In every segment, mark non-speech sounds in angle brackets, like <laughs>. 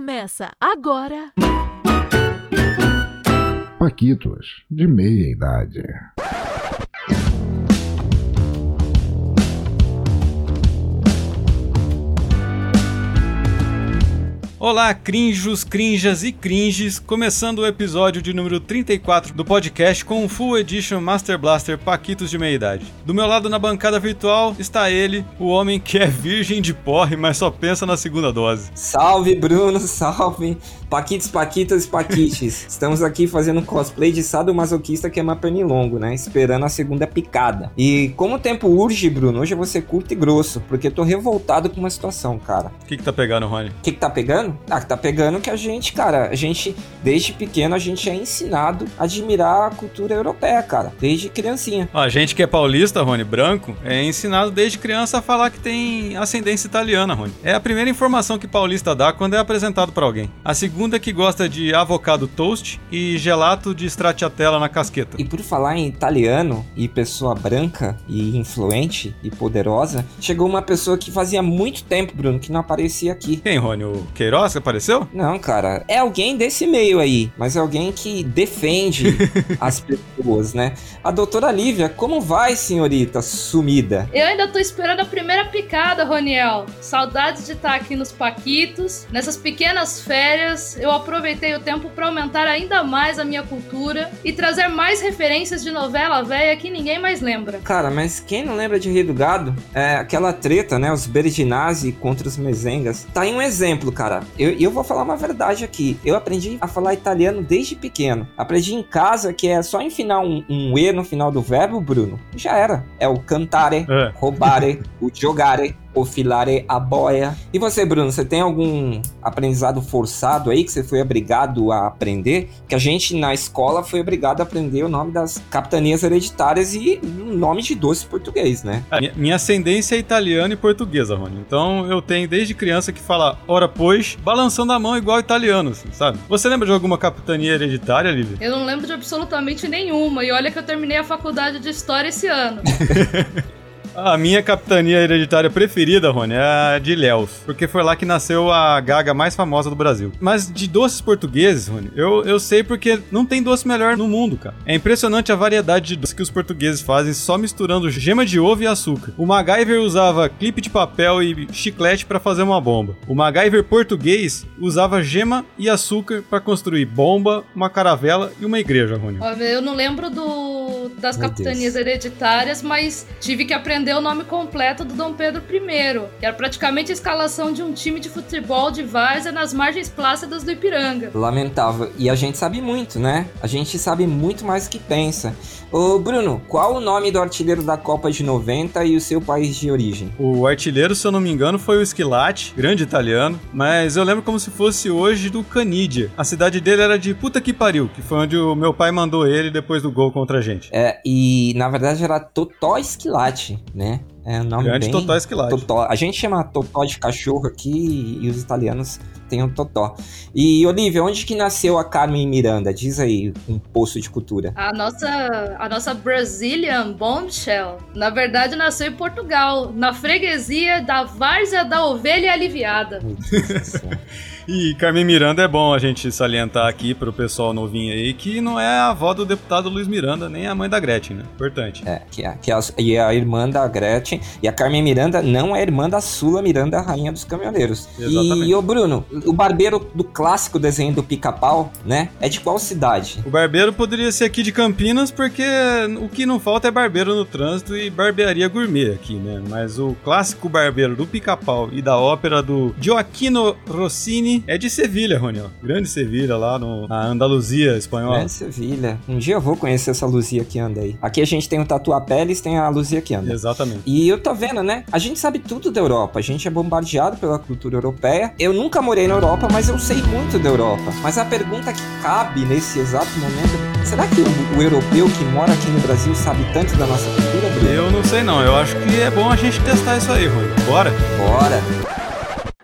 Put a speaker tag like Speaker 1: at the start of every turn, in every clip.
Speaker 1: Começa agora.
Speaker 2: Paquitos, de meia idade.
Speaker 3: Olá, crinjos, crinjas e cringes, começando o episódio de número 34 do podcast com o Full Edition Master Blaster Paquitos de Meia Idade. Do meu lado na bancada virtual está ele, o homem que é virgem de porre, mas só pensa na segunda dose.
Speaker 4: Salve, Bruno, <laughs> salve. Paquitos, paquitas, paquites. Estamos aqui fazendo um cosplay de sadomasoquista que é uma pernilongo, né? Esperando a segunda picada. E como o tempo urge, Bruno, hoje eu vou ser curto e grosso, porque eu tô revoltado com uma situação, cara.
Speaker 3: O que, que tá pegando, Rony?
Speaker 4: O que, que tá pegando? Ah, que tá pegando que a gente, cara, a gente, desde pequeno, a gente é ensinado a admirar a cultura europeia, cara. Desde criancinha.
Speaker 3: Ó, a gente que é paulista, Rony, branco, é ensinado desde criança a falar que tem ascendência italiana, Rony. É a primeira informação que paulista dá quando é apresentado pra alguém. A segunda é que gosta de avocado toast e gelato de stracciatella na casqueta.
Speaker 4: E por falar em italiano e pessoa branca e influente e poderosa, chegou uma pessoa que fazia muito tempo, Bruno, que não aparecia aqui.
Speaker 3: Quem, Rony? O Queiroz que apareceu?
Speaker 4: Não, cara, é alguém desse meio aí, mas é alguém que defende as pessoas, né? A doutora Lívia, como vai, senhorita sumida?
Speaker 5: Eu ainda tô esperando a primeira picada, Roniel. Saudades de estar aqui nos Paquitos. Nessas pequenas férias, eu aproveitei o tempo para aumentar ainda mais a minha cultura e trazer mais referências de novela velha que ninguém mais lembra.
Speaker 4: Cara, mas quem não lembra de Rei do Gado? É aquela treta, né? Os Berginazzi contra os Mezengas. Tá aí um exemplo, cara. Eu, eu vou falar uma verdade aqui. Eu aprendi a falar italiano desde pequeno. Aprendi em casa que é só enfinar um, um E no final do verbo, Bruno. Já era. É o cantare,
Speaker 3: É.
Speaker 4: roubare, o giocare, o filare a boia. E você, Bruno, você tem algum aprendizado forçado aí que você foi obrigado a aprender? Que a gente na escola foi obrigado a aprender o nome das capitanias hereditárias e o nome de doce português, né?
Speaker 3: Ah, Minha, minha ascendência é italiana e portuguesa, Rony. Então eu tenho desde criança que fala ora pois, balançando a mão igual italiano, assim, sabe? Você lembra de alguma capitania hereditária, Lívia?
Speaker 5: Eu não lembro de absolutamente nenhuma, e olha que eu terminei a faculdade de História esse ano.
Speaker 3: A minha capitania hereditária preferida, Rony, é a de Léus, porque foi lá que nasceu a gaga mais famosa do Brasil. Mas de doces portugueses, Rony, eu, eu sei porque não tem doce melhor no mundo, cara. É impressionante a variedade de doces que os portugueses fazem só misturando gema de ovo e açúcar. O MacGyver usava clipe de papel e chiclete pra fazer uma bomba. O MacGyver português usava gema e açúcar pra construir bomba, uma caravela e uma igreja, Rony.
Speaker 5: Ó, Eu não lembro do, das
Speaker 4: Meu
Speaker 5: capitanias hereditárias, mas tive que aprender o nome completo do Dom Pedro I, que era praticamente a escalação de um time de futebol de várzea nas margens plácidas do Ipiranga.
Speaker 4: Lamentável. E a gente sabe muito, né? A gente sabe muito mais do que pensa. Ô, Bruno, qual o nome do artilheiro da Copa de 90 e o seu país de origem?
Speaker 3: O artilheiro, se eu não me engano, foi o Esquilate, grande italiano, mas eu lembro como se fosse hoje do Canidia. A cidade dele era de puta que pariu, que foi onde o meu pai mandou ele depois do gol contra a gente.
Speaker 4: É, e na verdade era Totó Esquilate, né? É um nome
Speaker 3: grande
Speaker 4: bem...
Speaker 3: Totó Esquilate.
Speaker 4: Totó. A gente chama Totó de cachorro aqui e os italianos têm o Totó. E, Olivia, onde que nasceu a Carmen Miranda? Diz aí um poço de cultura.
Speaker 5: A nossa, a nossa Brazilian Bombshell, na verdade, nasceu em Portugal, na freguesia da Várzea da Ovelha Aliviada.
Speaker 4: Meu Deus do céu.
Speaker 3: E Carmen Miranda é bom a gente salientar aqui pro pessoal novinho aí que não é a avó do deputado Luiz Miranda, nem a mãe da Gretchen, né? Importante.
Speaker 4: <laughs> É, que, é- que é a, e é a irmã da Gretchen. E a Carmen Miranda não é irmã da Sula Miranda, a rainha dos caminhoneiros.
Speaker 3: Exatamente.
Speaker 4: E, ô Bruno, o barbeiro do clássico desenho do pica-pau, né? É de qual cidade?
Speaker 3: O barbeiro poderia ser aqui de Campinas, porque o que não falta é barbeiro no trânsito e barbearia gourmet aqui, né? Mas o clássico barbeiro do pica-pau e da ópera do Gioacchino Rossini é de Sevilha, Rony. ó. Grande Sevilha, lá no, na Andaluzia espanhola.
Speaker 4: É Sevilha. Um dia eu vou conhecer essa Luzia que anda aí. Aqui a gente tem o Tatuapé, eles têm a Luzia que anda.
Speaker 3: Exatamente.
Speaker 4: E eu tô vendo, né? A gente sabe tudo da Europa. A gente é bombardeado pela cultura europeia. Eu nunca morei na Europa, mas eu sei muito da Europa. Mas a pergunta que cabe nesse exato momento: será que o, o europeu que mora aqui no Brasil sabe tanto da nossa cultura, Bruno?
Speaker 3: Eu não sei não, eu acho que é bom a gente testar isso aí, Rony. Bora?
Speaker 4: Bora!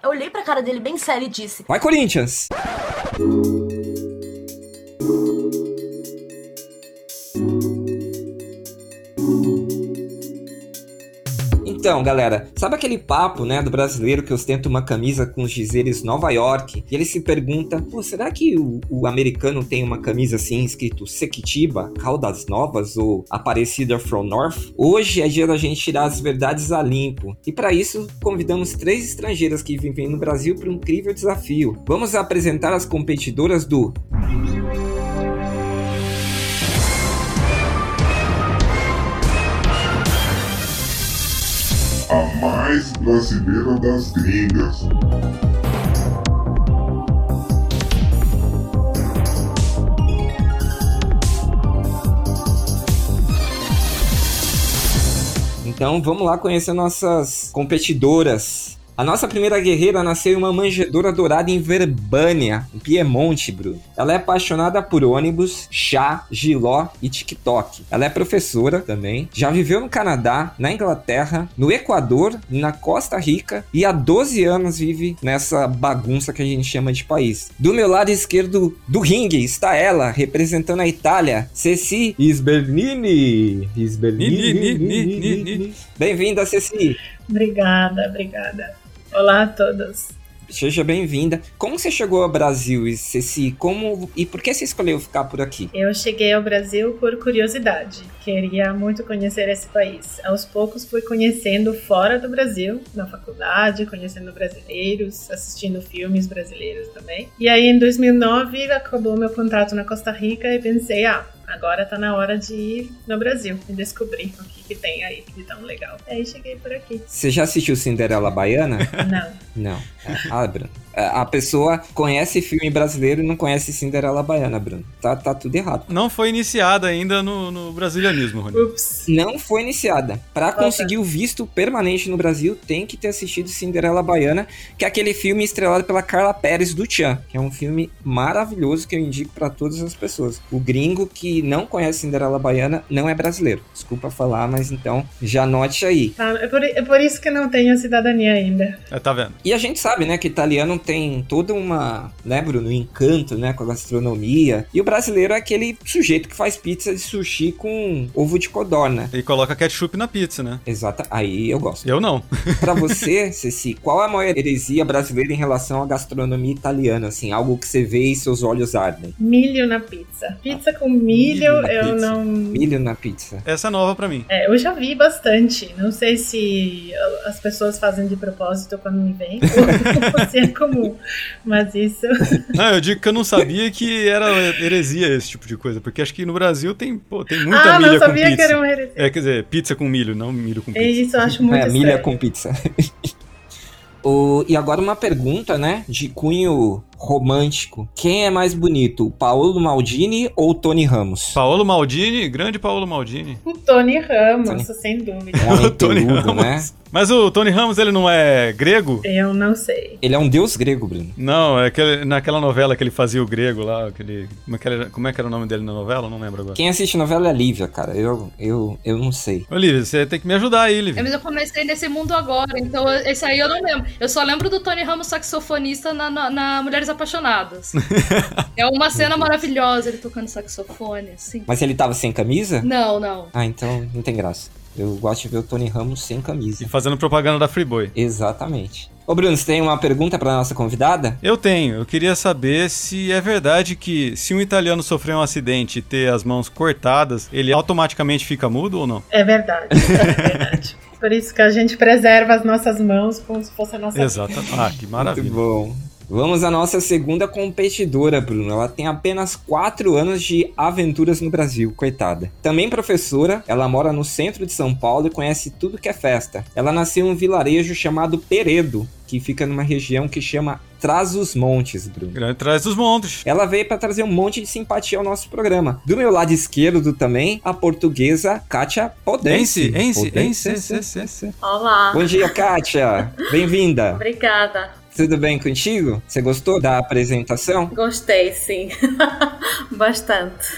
Speaker 6: Eu olhei pra cara dele bem sério e disse:
Speaker 4: Vai, Corinthians! Então, galera, sabe aquele papo, né, do brasileiro que ostenta uma camisa com os dizeres Nova York e ele se pergunta, pô, será que o, o americano tem uma camisa assim escrito Sequitiba, Caldas Novas ou Aparecida from North? Hoje é dia da gente tirar as verdades a limpo e para isso convidamos três estrangeiras que vivem no Brasil para um incrível desafio. Vamos apresentar as competidoras do
Speaker 7: a mais brasileira das gringas.
Speaker 4: Então vamos lá conhecer nossas competidoras. A nossa primeira guerreira nasceu em uma manjedoura dourada em Verbânia, em Piemonte, Bruno. Ela é apaixonada por ônibus, chá, giló e TikTok. Ela é professora também. Já viveu no Canadá, na Inglaterra, no Equador, na Costa Rica e há 12 anos vive nessa bagunça que a gente chama de país. Do meu lado esquerdo do ringue está ela, representando a Itália, Ceci Isbernini.
Speaker 3: Ni, ni, ni, ni, ni,
Speaker 4: Isbernini.
Speaker 3: ni.
Speaker 4: Bem-vinda, Ceci.
Speaker 8: Obrigada, obrigada. Olá a todos.
Speaker 4: Seja bem-vinda. Como você chegou ao Brasil, e Ceci? Como e por que você escolheu ficar por aqui?
Speaker 8: Eu cheguei ao Brasil por curiosidade. Queria muito conhecer esse país. Aos poucos fui conhecendo fora do Brasil, na faculdade, conhecendo brasileiros, assistindo filmes brasileiros também. E aí em 2009 acabou meu contato na Costa Rica e pensei, ah, agora tá na hora de ir no Brasil e descobrir o que, que tem aí de tão legal. E aí cheguei por aqui.
Speaker 4: Você já assistiu Cinderela
Speaker 3: <laughs>
Speaker 4: Baiana?
Speaker 8: Não.
Speaker 4: não. É, Ah, Bruno. É, A pessoa conhece filme brasileiro e não conhece Cinderela Baiana, Bruno. Tá, tá tudo errado.
Speaker 3: Não foi iniciada ainda no, no brasilianismo, Rony.
Speaker 8: Ups.
Speaker 4: Não foi iniciada. Pra
Speaker 8: Volta.
Speaker 4: conseguir o visto permanente no Brasil, tem que ter assistido Cinderela Baiana, que é aquele filme estrelado pela Carla Pérez do Tchan, que é um filme maravilhoso que eu indico pra todas as pessoas. O gringo que não conhece Cinderela Baiana não é brasileiro. Desculpa falar, mas então já anote aí.
Speaker 8: Tá, é, por, é por isso que não tenho a cidadania ainda.
Speaker 3: É, tá vendo?
Speaker 4: E a gente sabe, né, que italiano tem toda uma, né, Bruno, um encanto, né, com a gastronomia. E o brasileiro é aquele sujeito que faz pizza de sushi com ovo de codorna.
Speaker 3: E coloca ketchup na pizza, né?
Speaker 4: Exata, aí eu gosto.
Speaker 3: Eu não.
Speaker 4: Pra você, Ceci, qual é a maior heresia brasileira em relação à gastronomia italiana, assim, algo que você vê e seus olhos ardem?
Speaker 8: Milho na pizza. Pizza com milho,
Speaker 4: Milho na
Speaker 8: eu
Speaker 4: pizza.
Speaker 8: não.
Speaker 4: Milho na pizza.
Speaker 3: Essa é nova pra mim.
Speaker 8: É, eu já vi bastante. Não sei se ah, as pessoas fazem de propósito quando me veem <laughs> ou se é comum. Mas isso.
Speaker 3: Não, eu digo que eu não sabia que era heresia esse tipo de coisa, porque acho que no Brasil tem, pô, tem muita
Speaker 8: ah,
Speaker 3: milha
Speaker 8: não
Speaker 3: com
Speaker 8: sabia
Speaker 3: pizza.
Speaker 8: que era um heresia.
Speaker 3: É, quer dizer, pizza com milho, não milho com
Speaker 8: É
Speaker 3: pizza.
Speaker 8: isso, eu acho muito
Speaker 4: é, milha
Speaker 8: estranho.
Speaker 4: com pizza. <laughs> O- e agora uma pergunta, né, de cunho romântico. Quem é mais bonito, o Paolo Maldini ou o Tony Ramos?
Speaker 3: Paolo Maldini, grande Paolo Maldini.
Speaker 8: O Tony Ramos,
Speaker 4: Tony.
Speaker 8: sem dúvida.
Speaker 4: Um
Speaker 3: <laughs>
Speaker 4: homem
Speaker 3: O Tony
Speaker 4: peludo,
Speaker 3: Ramos.
Speaker 4: né?
Speaker 3: Mas o Tony Ramos, ele não é grego?
Speaker 8: Eu não sei.
Speaker 4: Ele é um deus grego, Bruno.
Speaker 3: Não, é aquele, naquela novela que ele fazia o grego lá, aquele, como, é que era, como é que era o nome dele na novela? Eu Não lembro agora.
Speaker 4: Quem assiste novela é a Lívia, cara. Eu, eu, eu não sei.
Speaker 3: Olivia, você tem que me ajudar aí, Olivia.
Speaker 5: É, mas eu comecei nesse mundo agora, então eu- esse aí eu não lembro. Eu só lembro do Tony Ramos saxofonista na, na- na Mulheres
Speaker 4: <laughs>
Speaker 5: Apaixonadas. é uma cena maravilhosa, ele tocando saxofone, assim.
Speaker 4: Mas ele tava sem camisa?
Speaker 5: Não, não.
Speaker 4: Ah, então não tem graça. Eu gosto de ver o Tony Ramos sem camisa.
Speaker 3: E fazendo propaganda da Freeboy.
Speaker 4: Exatamente. Ô, Bruno, você tem uma pergunta pra nossa convidada?
Speaker 3: Eu tenho, eu queria saber se é verdade que se um italiano sofrer um acidente e ter as mãos cortadas, ele automaticamente fica mudo
Speaker 8: <laughs>
Speaker 3: ou não?
Speaker 8: É verdade, é verdade. Por isso que a gente preserva as nossas mãos como se fosse a nossa.
Speaker 3: Exato. Ah, que
Speaker 4: Muito
Speaker 3: maravilha.
Speaker 4: bom. Vamos à nossa segunda competidora, Bruno. Ela tem apenas 4 anos de aventuras no Brasil, coitada. Também professora, ela mora no centro de São Paulo e conhece tudo que é festa. Ela nasceu em um vilarejo chamado Peredo, que fica numa região que chama Traz os Montes, Bruno.
Speaker 3: Grande Traz dos Montes.
Speaker 4: Ela veio para trazer um monte de simpatia ao nosso programa. Do meu lado esquerdo também, a portuguesa Kátia Podense.
Speaker 3: Ense, ense,
Speaker 4: Podense.
Speaker 3: ense, ense, ense.
Speaker 6: Olá.
Speaker 4: Bom dia, Kátia. Bem-vinda.
Speaker 6: Obrigada.
Speaker 4: Tudo bem contigo? Você gostou da apresentação?
Speaker 9: Gostei, sim. <laughs> Bastante.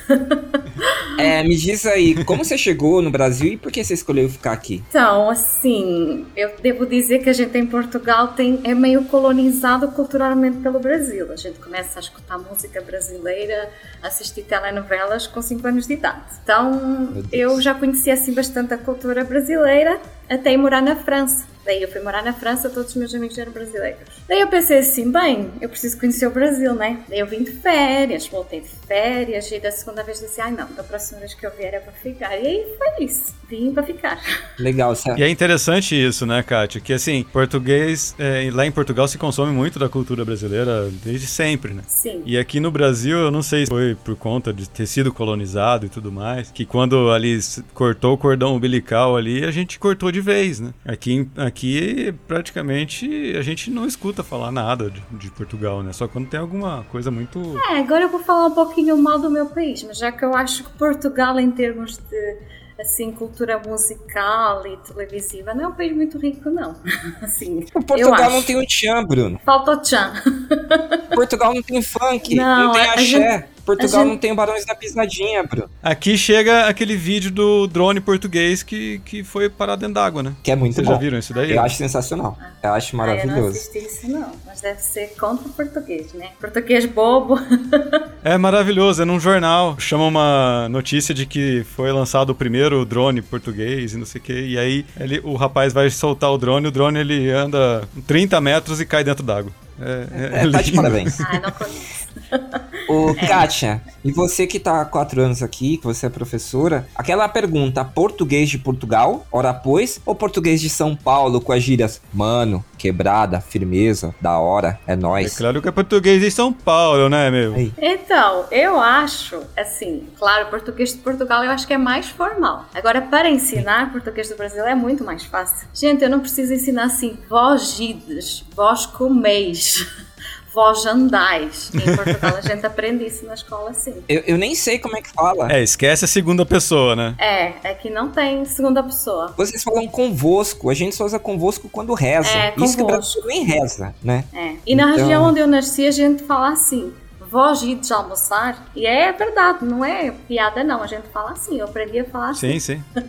Speaker 4: É, me diz aí, como você chegou no Brasil e por que você escolheu ficar aqui?
Speaker 9: Então, assim, eu devo dizer que a gente em Portugal tem, é meio colonizado culturalmente pelo Brasil. A gente começa a escutar música brasileira, assistir telenovelas com 5 anos de idade. Então,
Speaker 4: Meu Deus.
Speaker 9: eu já conhecia assim bastante a cultura brasileira até ir morar na França. Daí eu fui morar na França, todos os meus amigos eram brasileiros. Daí eu pensei assim, bem, eu preciso conhecer o Brasil, né? Daí eu vim de férias, voltei de férias, e da segunda vez disse, ai não, da próxima vez que eu vier é pra ficar. E aí foi isso, vim pra ficar.
Speaker 4: Legal, sabe?
Speaker 3: E é interessante isso, né, Kátia? Que assim, português, é, lá em Portugal se consome muito da cultura brasileira desde sempre, né?
Speaker 9: Sim.
Speaker 3: E aqui no Brasil, eu não sei se foi por conta de ter sido colonizado e tudo mais, que quando ali s- cortou o cordão umbilical ali, a gente cortou de vez, né? Aqui, em- aqui praticamente a gente não escuta falar nada de, de Portugal, né? Só quando tem alguma coisa muito.
Speaker 9: É, agora eu vou falar um pouquinho mal do meu país, mas já que eu acho que Portugal, em termos de assim, cultura musical e televisiva, não é um país muito rico, não. <laughs> Assim,
Speaker 4: O Portugal
Speaker 9: acho.
Speaker 4: não tem o tchan, Bruno.
Speaker 9: falta o tchan.
Speaker 4: Portugal não tem funk. Não,
Speaker 9: Não, é,
Speaker 4: tem
Speaker 9: a- a
Speaker 4: axé. Portugal
Speaker 9: a gente-
Speaker 4: não tem o Barões da Pisadinha, Bruno.
Speaker 3: Aqui chega aquele vídeo do drone português que, que foi parar dentro d'água, né?
Speaker 4: Que é muito
Speaker 3: Vocês já
Speaker 4: bom.
Speaker 3: viram isso daí?
Speaker 4: Eu acho sensacional. Eu acho
Speaker 9: Ah, eu não
Speaker 4: maravilhoso.
Speaker 9: assisti isso, não. Mas deve ser contra o português, né? Português bobo.
Speaker 3: É maravilhoso, é num jornal. Chama uma notícia de que foi lançado o primeiro drone português e não sei o quê. E aí ele, o rapaz vai soltar o drone, o drone ele anda 30 metros e cai dentro d'água. É, é,
Speaker 4: É, tá de
Speaker 3: <laughs> lindo.
Speaker 4: parabéns.
Speaker 9: Ah, não conheço.
Speaker 4: Ô,
Speaker 9: É.
Speaker 4: Kátia, e você que tá há quatro anos aqui, que você é professora, aquela pergunta, português de Portugal, ora pois, ou português de São Paulo com as gírias, mano, quebrada, firmeza, da hora, é
Speaker 3: É
Speaker 4: nóis.
Speaker 3: claro que é português de São Paulo, né, meu?
Speaker 4: Aí.
Speaker 9: Então, eu acho, assim, claro, português de Portugal eu acho que é mais formal. Agora, para ensinar português do Brasil é muito mais fácil. Gente, eu não preciso ensinar assim, vós gides, vós comeis, <laughs> vós andais. Em Portugal a gente aprende isso na escola, sim.
Speaker 4: Eu, eu nem sei como é que fala.
Speaker 3: É, esquece a segunda pessoa, né?
Speaker 9: É, aqui não tem segunda pessoa.
Speaker 4: Vocês falam convosco, a gente só usa convosco quando reza.
Speaker 9: É,
Speaker 4: Isso que o
Speaker 9: convosco.
Speaker 4: brasileiro nem reza, né?
Speaker 9: É. E na
Speaker 4: Então-
Speaker 9: região onde eu nasci, a gente fala assim: vós ides almoçar? E é verdade, não é piada, não. A gente fala assim, eu aprendi a
Speaker 4: Ah,
Speaker 9: falar assim.
Speaker 3: Sim, sim.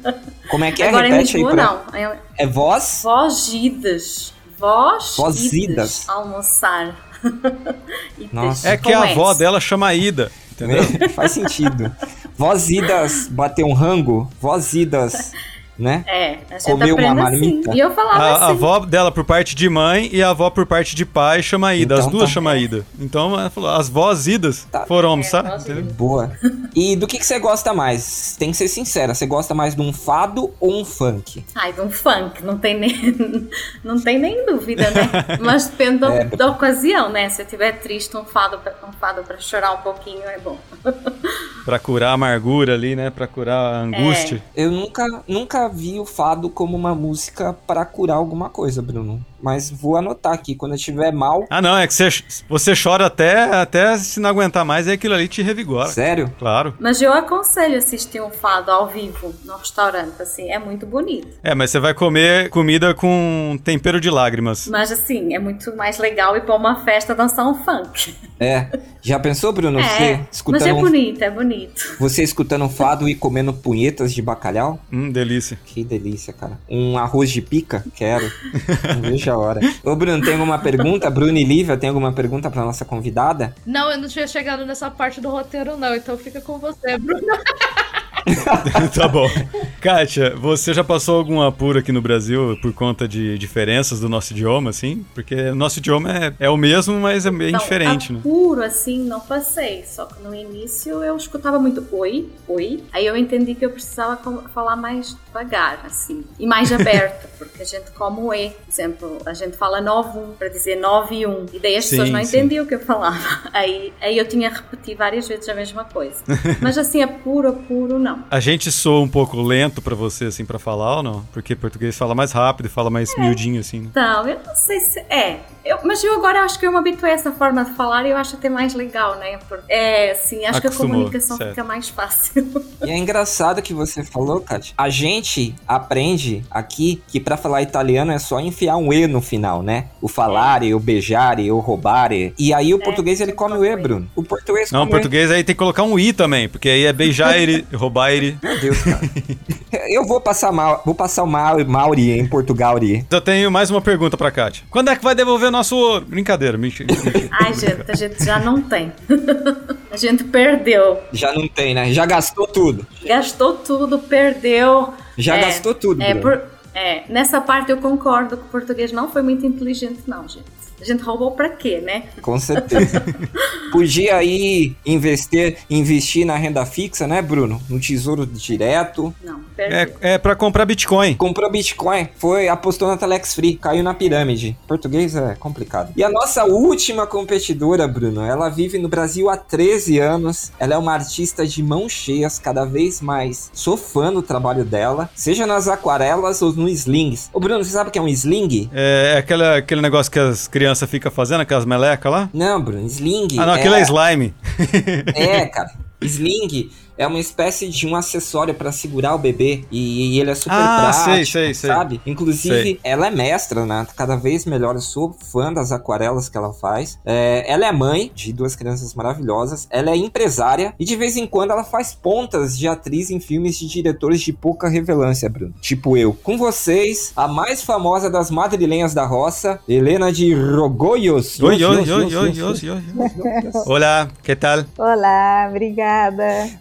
Speaker 4: Como é que é?
Speaker 9: Agora em
Speaker 4: Repete
Speaker 9: Lisboa,
Speaker 4: aí pra...
Speaker 9: não. É
Speaker 4: É vós?
Speaker 9: vós ides. Vós,
Speaker 4: Vós
Speaker 9: ides
Speaker 4: idas.
Speaker 9: almoçar. <laughs> Ides
Speaker 4: Nossa.
Speaker 3: É que
Speaker 9: com
Speaker 3: a avó
Speaker 9: S.
Speaker 3: dela chama Ida, entendeu?
Speaker 4: <laughs> Faz sentido. Vós idas bater um rango? Vós idas, né?
Speaker 9: É, a gente
Speaker 4: Comeu uma
Speaker 9: aprende
Speaker 4: marmita.
Speaker 9: assim. E eu
Speaker 4: Ah,
Speaker 9: falava
Speaker 3: A, a
Speaker 9: assim.
Speaker 3: avó dela por parte de mãe e a avó por parte de pai chama Ida. as
Speaker 4: Então
Speaker 3: duas
Speaker 4: tá.
Speaker 3: chama Ida. Então ela falou, as vós Idas
Speaker 4: Tá.
Speaker 3: foram almoçar,
Speaker 5: vós
Speaker 3: entendeu?
Speaker 4: Boa. E do que, que você gosta mais? Tem que ser sincera, você gosta mais de um fado ou um funk?
Speaker 9: Ai, de um funk, não tem nem, <laughs> não tem nem dúvida,
Speaker 4: <laughs>
Speaker 9: né? Mas depende da,
Speaker 4: É.
Speaker 9: da ocasião, né? Se eu estiver triste, um fado, pra- um fado para chorar um pouquinho é bom. <laughs>
Speaker 3: Pra curar a amargura ali, né? Pra curar a angústia.
Speaker 4: Eu nunca, nunca vi o fado como uma música pra curar alguma coisa, Bruno. Mas vou anotar aqui, quando eu estiver mal.
Speaker 3: Ah, não, é que você, você chora até, até se não aguentar mais e aquilo ali te revigora.
Speaker 4: Sério?
Speaker 3: Claro.
Speaker 9: Mas eu aconselho assistir um fado ao vivo no restaurante, assim, é muito bonito.
Speaker 3: É, mas você vai comer comida com tempero de lágrimas.
Speaker 9: Mas assim, é muito mais legal ir para uma festa dançar um funk.
Speaker 4: É. Já pensou, Bruno?
Speaker 9: é,
Speaker 4: Você,
Speaker 9: mas
Speaker 4: escutando
Speaker 9: é
Speaker 4: um-
Speaker 9: bonito, é bonito.
Speaker 4: você escutando um fado e comendo punhetas de bacalhau?
Speaker 3: Hum, delícia. <laughs>
Speaker 4: Que delícia, cara. Um arroz de pica? Quero. Não vejo a hora. Ô, Bruno, tem alguma pergunta? Bruno e Lívia, tem alguma pergunta pra nossa convidada?
Speaker 5: Não, eu não tinha chegado nessa parte do roteiro, não. Então fica com você, Bruno.
Speaker 3: tá bom. Kátia, você já passou algum apuro aqui no Brasil por conta de diferenças do nosso idioma, assim? Porque o nosso idioma é, é o mesmo, mas é bem
Speaker 9: Não,
Speaker 3: diferente, né?
Speaker 9: apuro, assim, não passei. Só que no início eu escutava muito oi, oi. Aí eu entendi que eu precisava com- falar mais devagar, assim. E mais aberto,
Speaker 3: <laughs>
Speaker 9: porque a gente come o e. Por exemplo, a gente fala 9-1 para dizer 9 e 1. E daí as
Speaker 3: Sim,
Speaker 9: pessoas não
Speaker 3: sim.
Speaker 9: entendiam o que eu
Speaker 3: <laughs>
Speaker 9: <laughs> falava. Aí, aí eu tinha que repetir várias vezes a mesma coisa. Mas assim, apuro, apuro, não. não.
Speaker 3: A gente soa um pouco lento pra você, assim, pra falar ou não? Porque português fala mais rápido e fala mais miudinho, assim. né?
Speaker 9: Então, eu não sei se. É. Eu- mas eu agora acho que eu me habituei a essa forma de falar e eu acho até mais legal, né? Porque, é, sim, acho que a
Speaker 3: Acostumou,
Speaker 9: comunicação
Speaker 3: certo.
Speaker 9: fica mais fácil.
Speaker 4: E é engraçado que você falou, Kat. A gente aprende aqui que pra falar italiano é só enfiar um e no final, né? O falare, o beijare, o roubare. E aí
Speaker 9: É,
Speaker 4: o português ele come o e, Bruno. O português
Speaker 3: Não,
Speaker 4: come o e.
Speaker 3: português aí tem que colocar um i também, porque aí é beijar ele, roubar ele.
Speaker 4: Meu Deus, cara. Eu vou passar mal, vou passar o mal, Mauri em Portugal. Uri.
Speaker 3: Então, Eu tenho mais uma pergunta pra Kátia. Quando é que vai devolver nosso ouro? Brincadeira, mentira. mentira.
Speaker 9: Ai, gente, a gente já não tem. <laughs> A gente perdeu.
Speaker 4: Já não tem, né? Já gastou tudo.
Speaker 9: Gastou tudo, perdeu.
Speaker 4: Já
Speaker 9: É,
Speaker 4: gastou tudo,
Speaker 9: É,
Speaker 4: Bruno.
Speaker 9: por- é, nessa parte eu concordo que o português não foi muito inteligente, não, gente. A gente roubou pra quê, né?
Speaker 4: Com
Speaker 9: <laughs>
Speaker 4: certeza. Podia aí investir, investir na renda fixa, né, Bruno? No tesouro direto.
Speaker 9: Não, perdeu.
Speaker 3: É, é pra comprar Bitcoin.
Speaker 4: Comprou Bitcoin, foi, apostou na Telex Free, caiu na pirâmide. Português é complicado. E a nossa última competidora, Bruno, ela vive no Brasil há 13 anos. Ela é uma artista de mãos cheias, cada vez mais. Sou fã do trabalho dela, seja nas aquarelas ou nos slings. Ô, Bruno, você sabe o que é um sling?
Speaker 3: É, é aquela, aquele negócio que as crianças ficam fazendo, aquelas melecas lá?
Speaker 4: Não, Bruno, sling.
Speaker 3: Ah, não, aquilo é slime.
Speaker 4: É, cara. Sling é uma espécie de um acessório pra segurar o bebê e, e ele é super
Speaker 3: Ah,
Speaker 4: prático,
Speaker 3: sei, sei, sei.
Speaker 4: sabe? Inclusive,
Speaker 3: Sei.
Speaker 4: ela é mestra, né? Cada vez melhor. Eu sou fã das aquarelas que ela faz. É, ela é mãe de duas crianças maravilhosas. Ela é empresária e de vez em quando ela faz pontas de atriz em filmes de diretores de pouca revelância, Bruno. Tipo eu. Com vocês, a mais famosa das madrilenhas da roça, Helena de Rogoyos.
Speaker 3: Oi, oi, oi, oi, oi, oi. Olá, que tal?
Speaker 10: Olá, obrigada.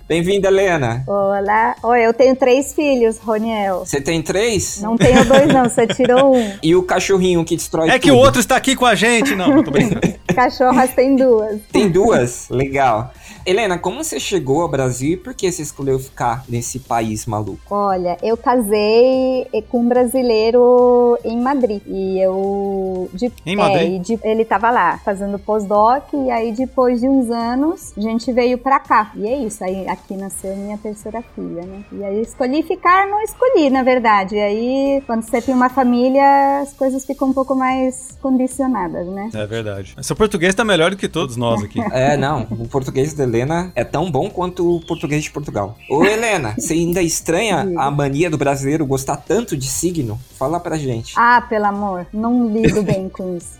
Speaker 4: Bem-vinda, Helena.
Speaker 10: Olá. Oi, eu tenho três filhos, Roniel.
Speaker 4: Você tem três?
Speaker 10: Não tenho dois, não, você tirou um.
Speaker 4: E o cachorrinho que destrói
Speaker 3: É que o
Speaker 4: tudo?
Speaker 3: outro está aqui com a gente. Não, tô
Speaker 4: <laughs>
Speaker 3: brincando.
Speaker 10: Cachorras tem duas.
Speaker 4: Tem duas? Legal. Helena, como você chegou ao Brasil e por que você escolheu ficar nesse país maluco?
Speaker 10: Olha, eu casei com um brasileiro em Madrid. E eu. de-
Speaker 3: Em Madrid?
Speaker 10: é, e de- ele tava lá fazendo pós-doc. E aí, depois de uns anos, a gente veio pra cá. E é isso. Aí aqui nasceu minha terceira filha, né? E aí eu escolhi ficar, não escolhi, na verdade. E aí, quando você tem uma família, as coisas ficam um pouco mais condicionadas, né?
Speaker 3: É verdade. Seu português tá melhor do que todos nós aqui.
Speaker 4: É, não, o português da Helena é tão bom quanto o português de Portugal. Ô, Helena, você ainda estranha a mania do brasileiro gostar tanto de signo? Fala pra gente.
Speaker 10: Ah, pelo amor, não lido bem com isso.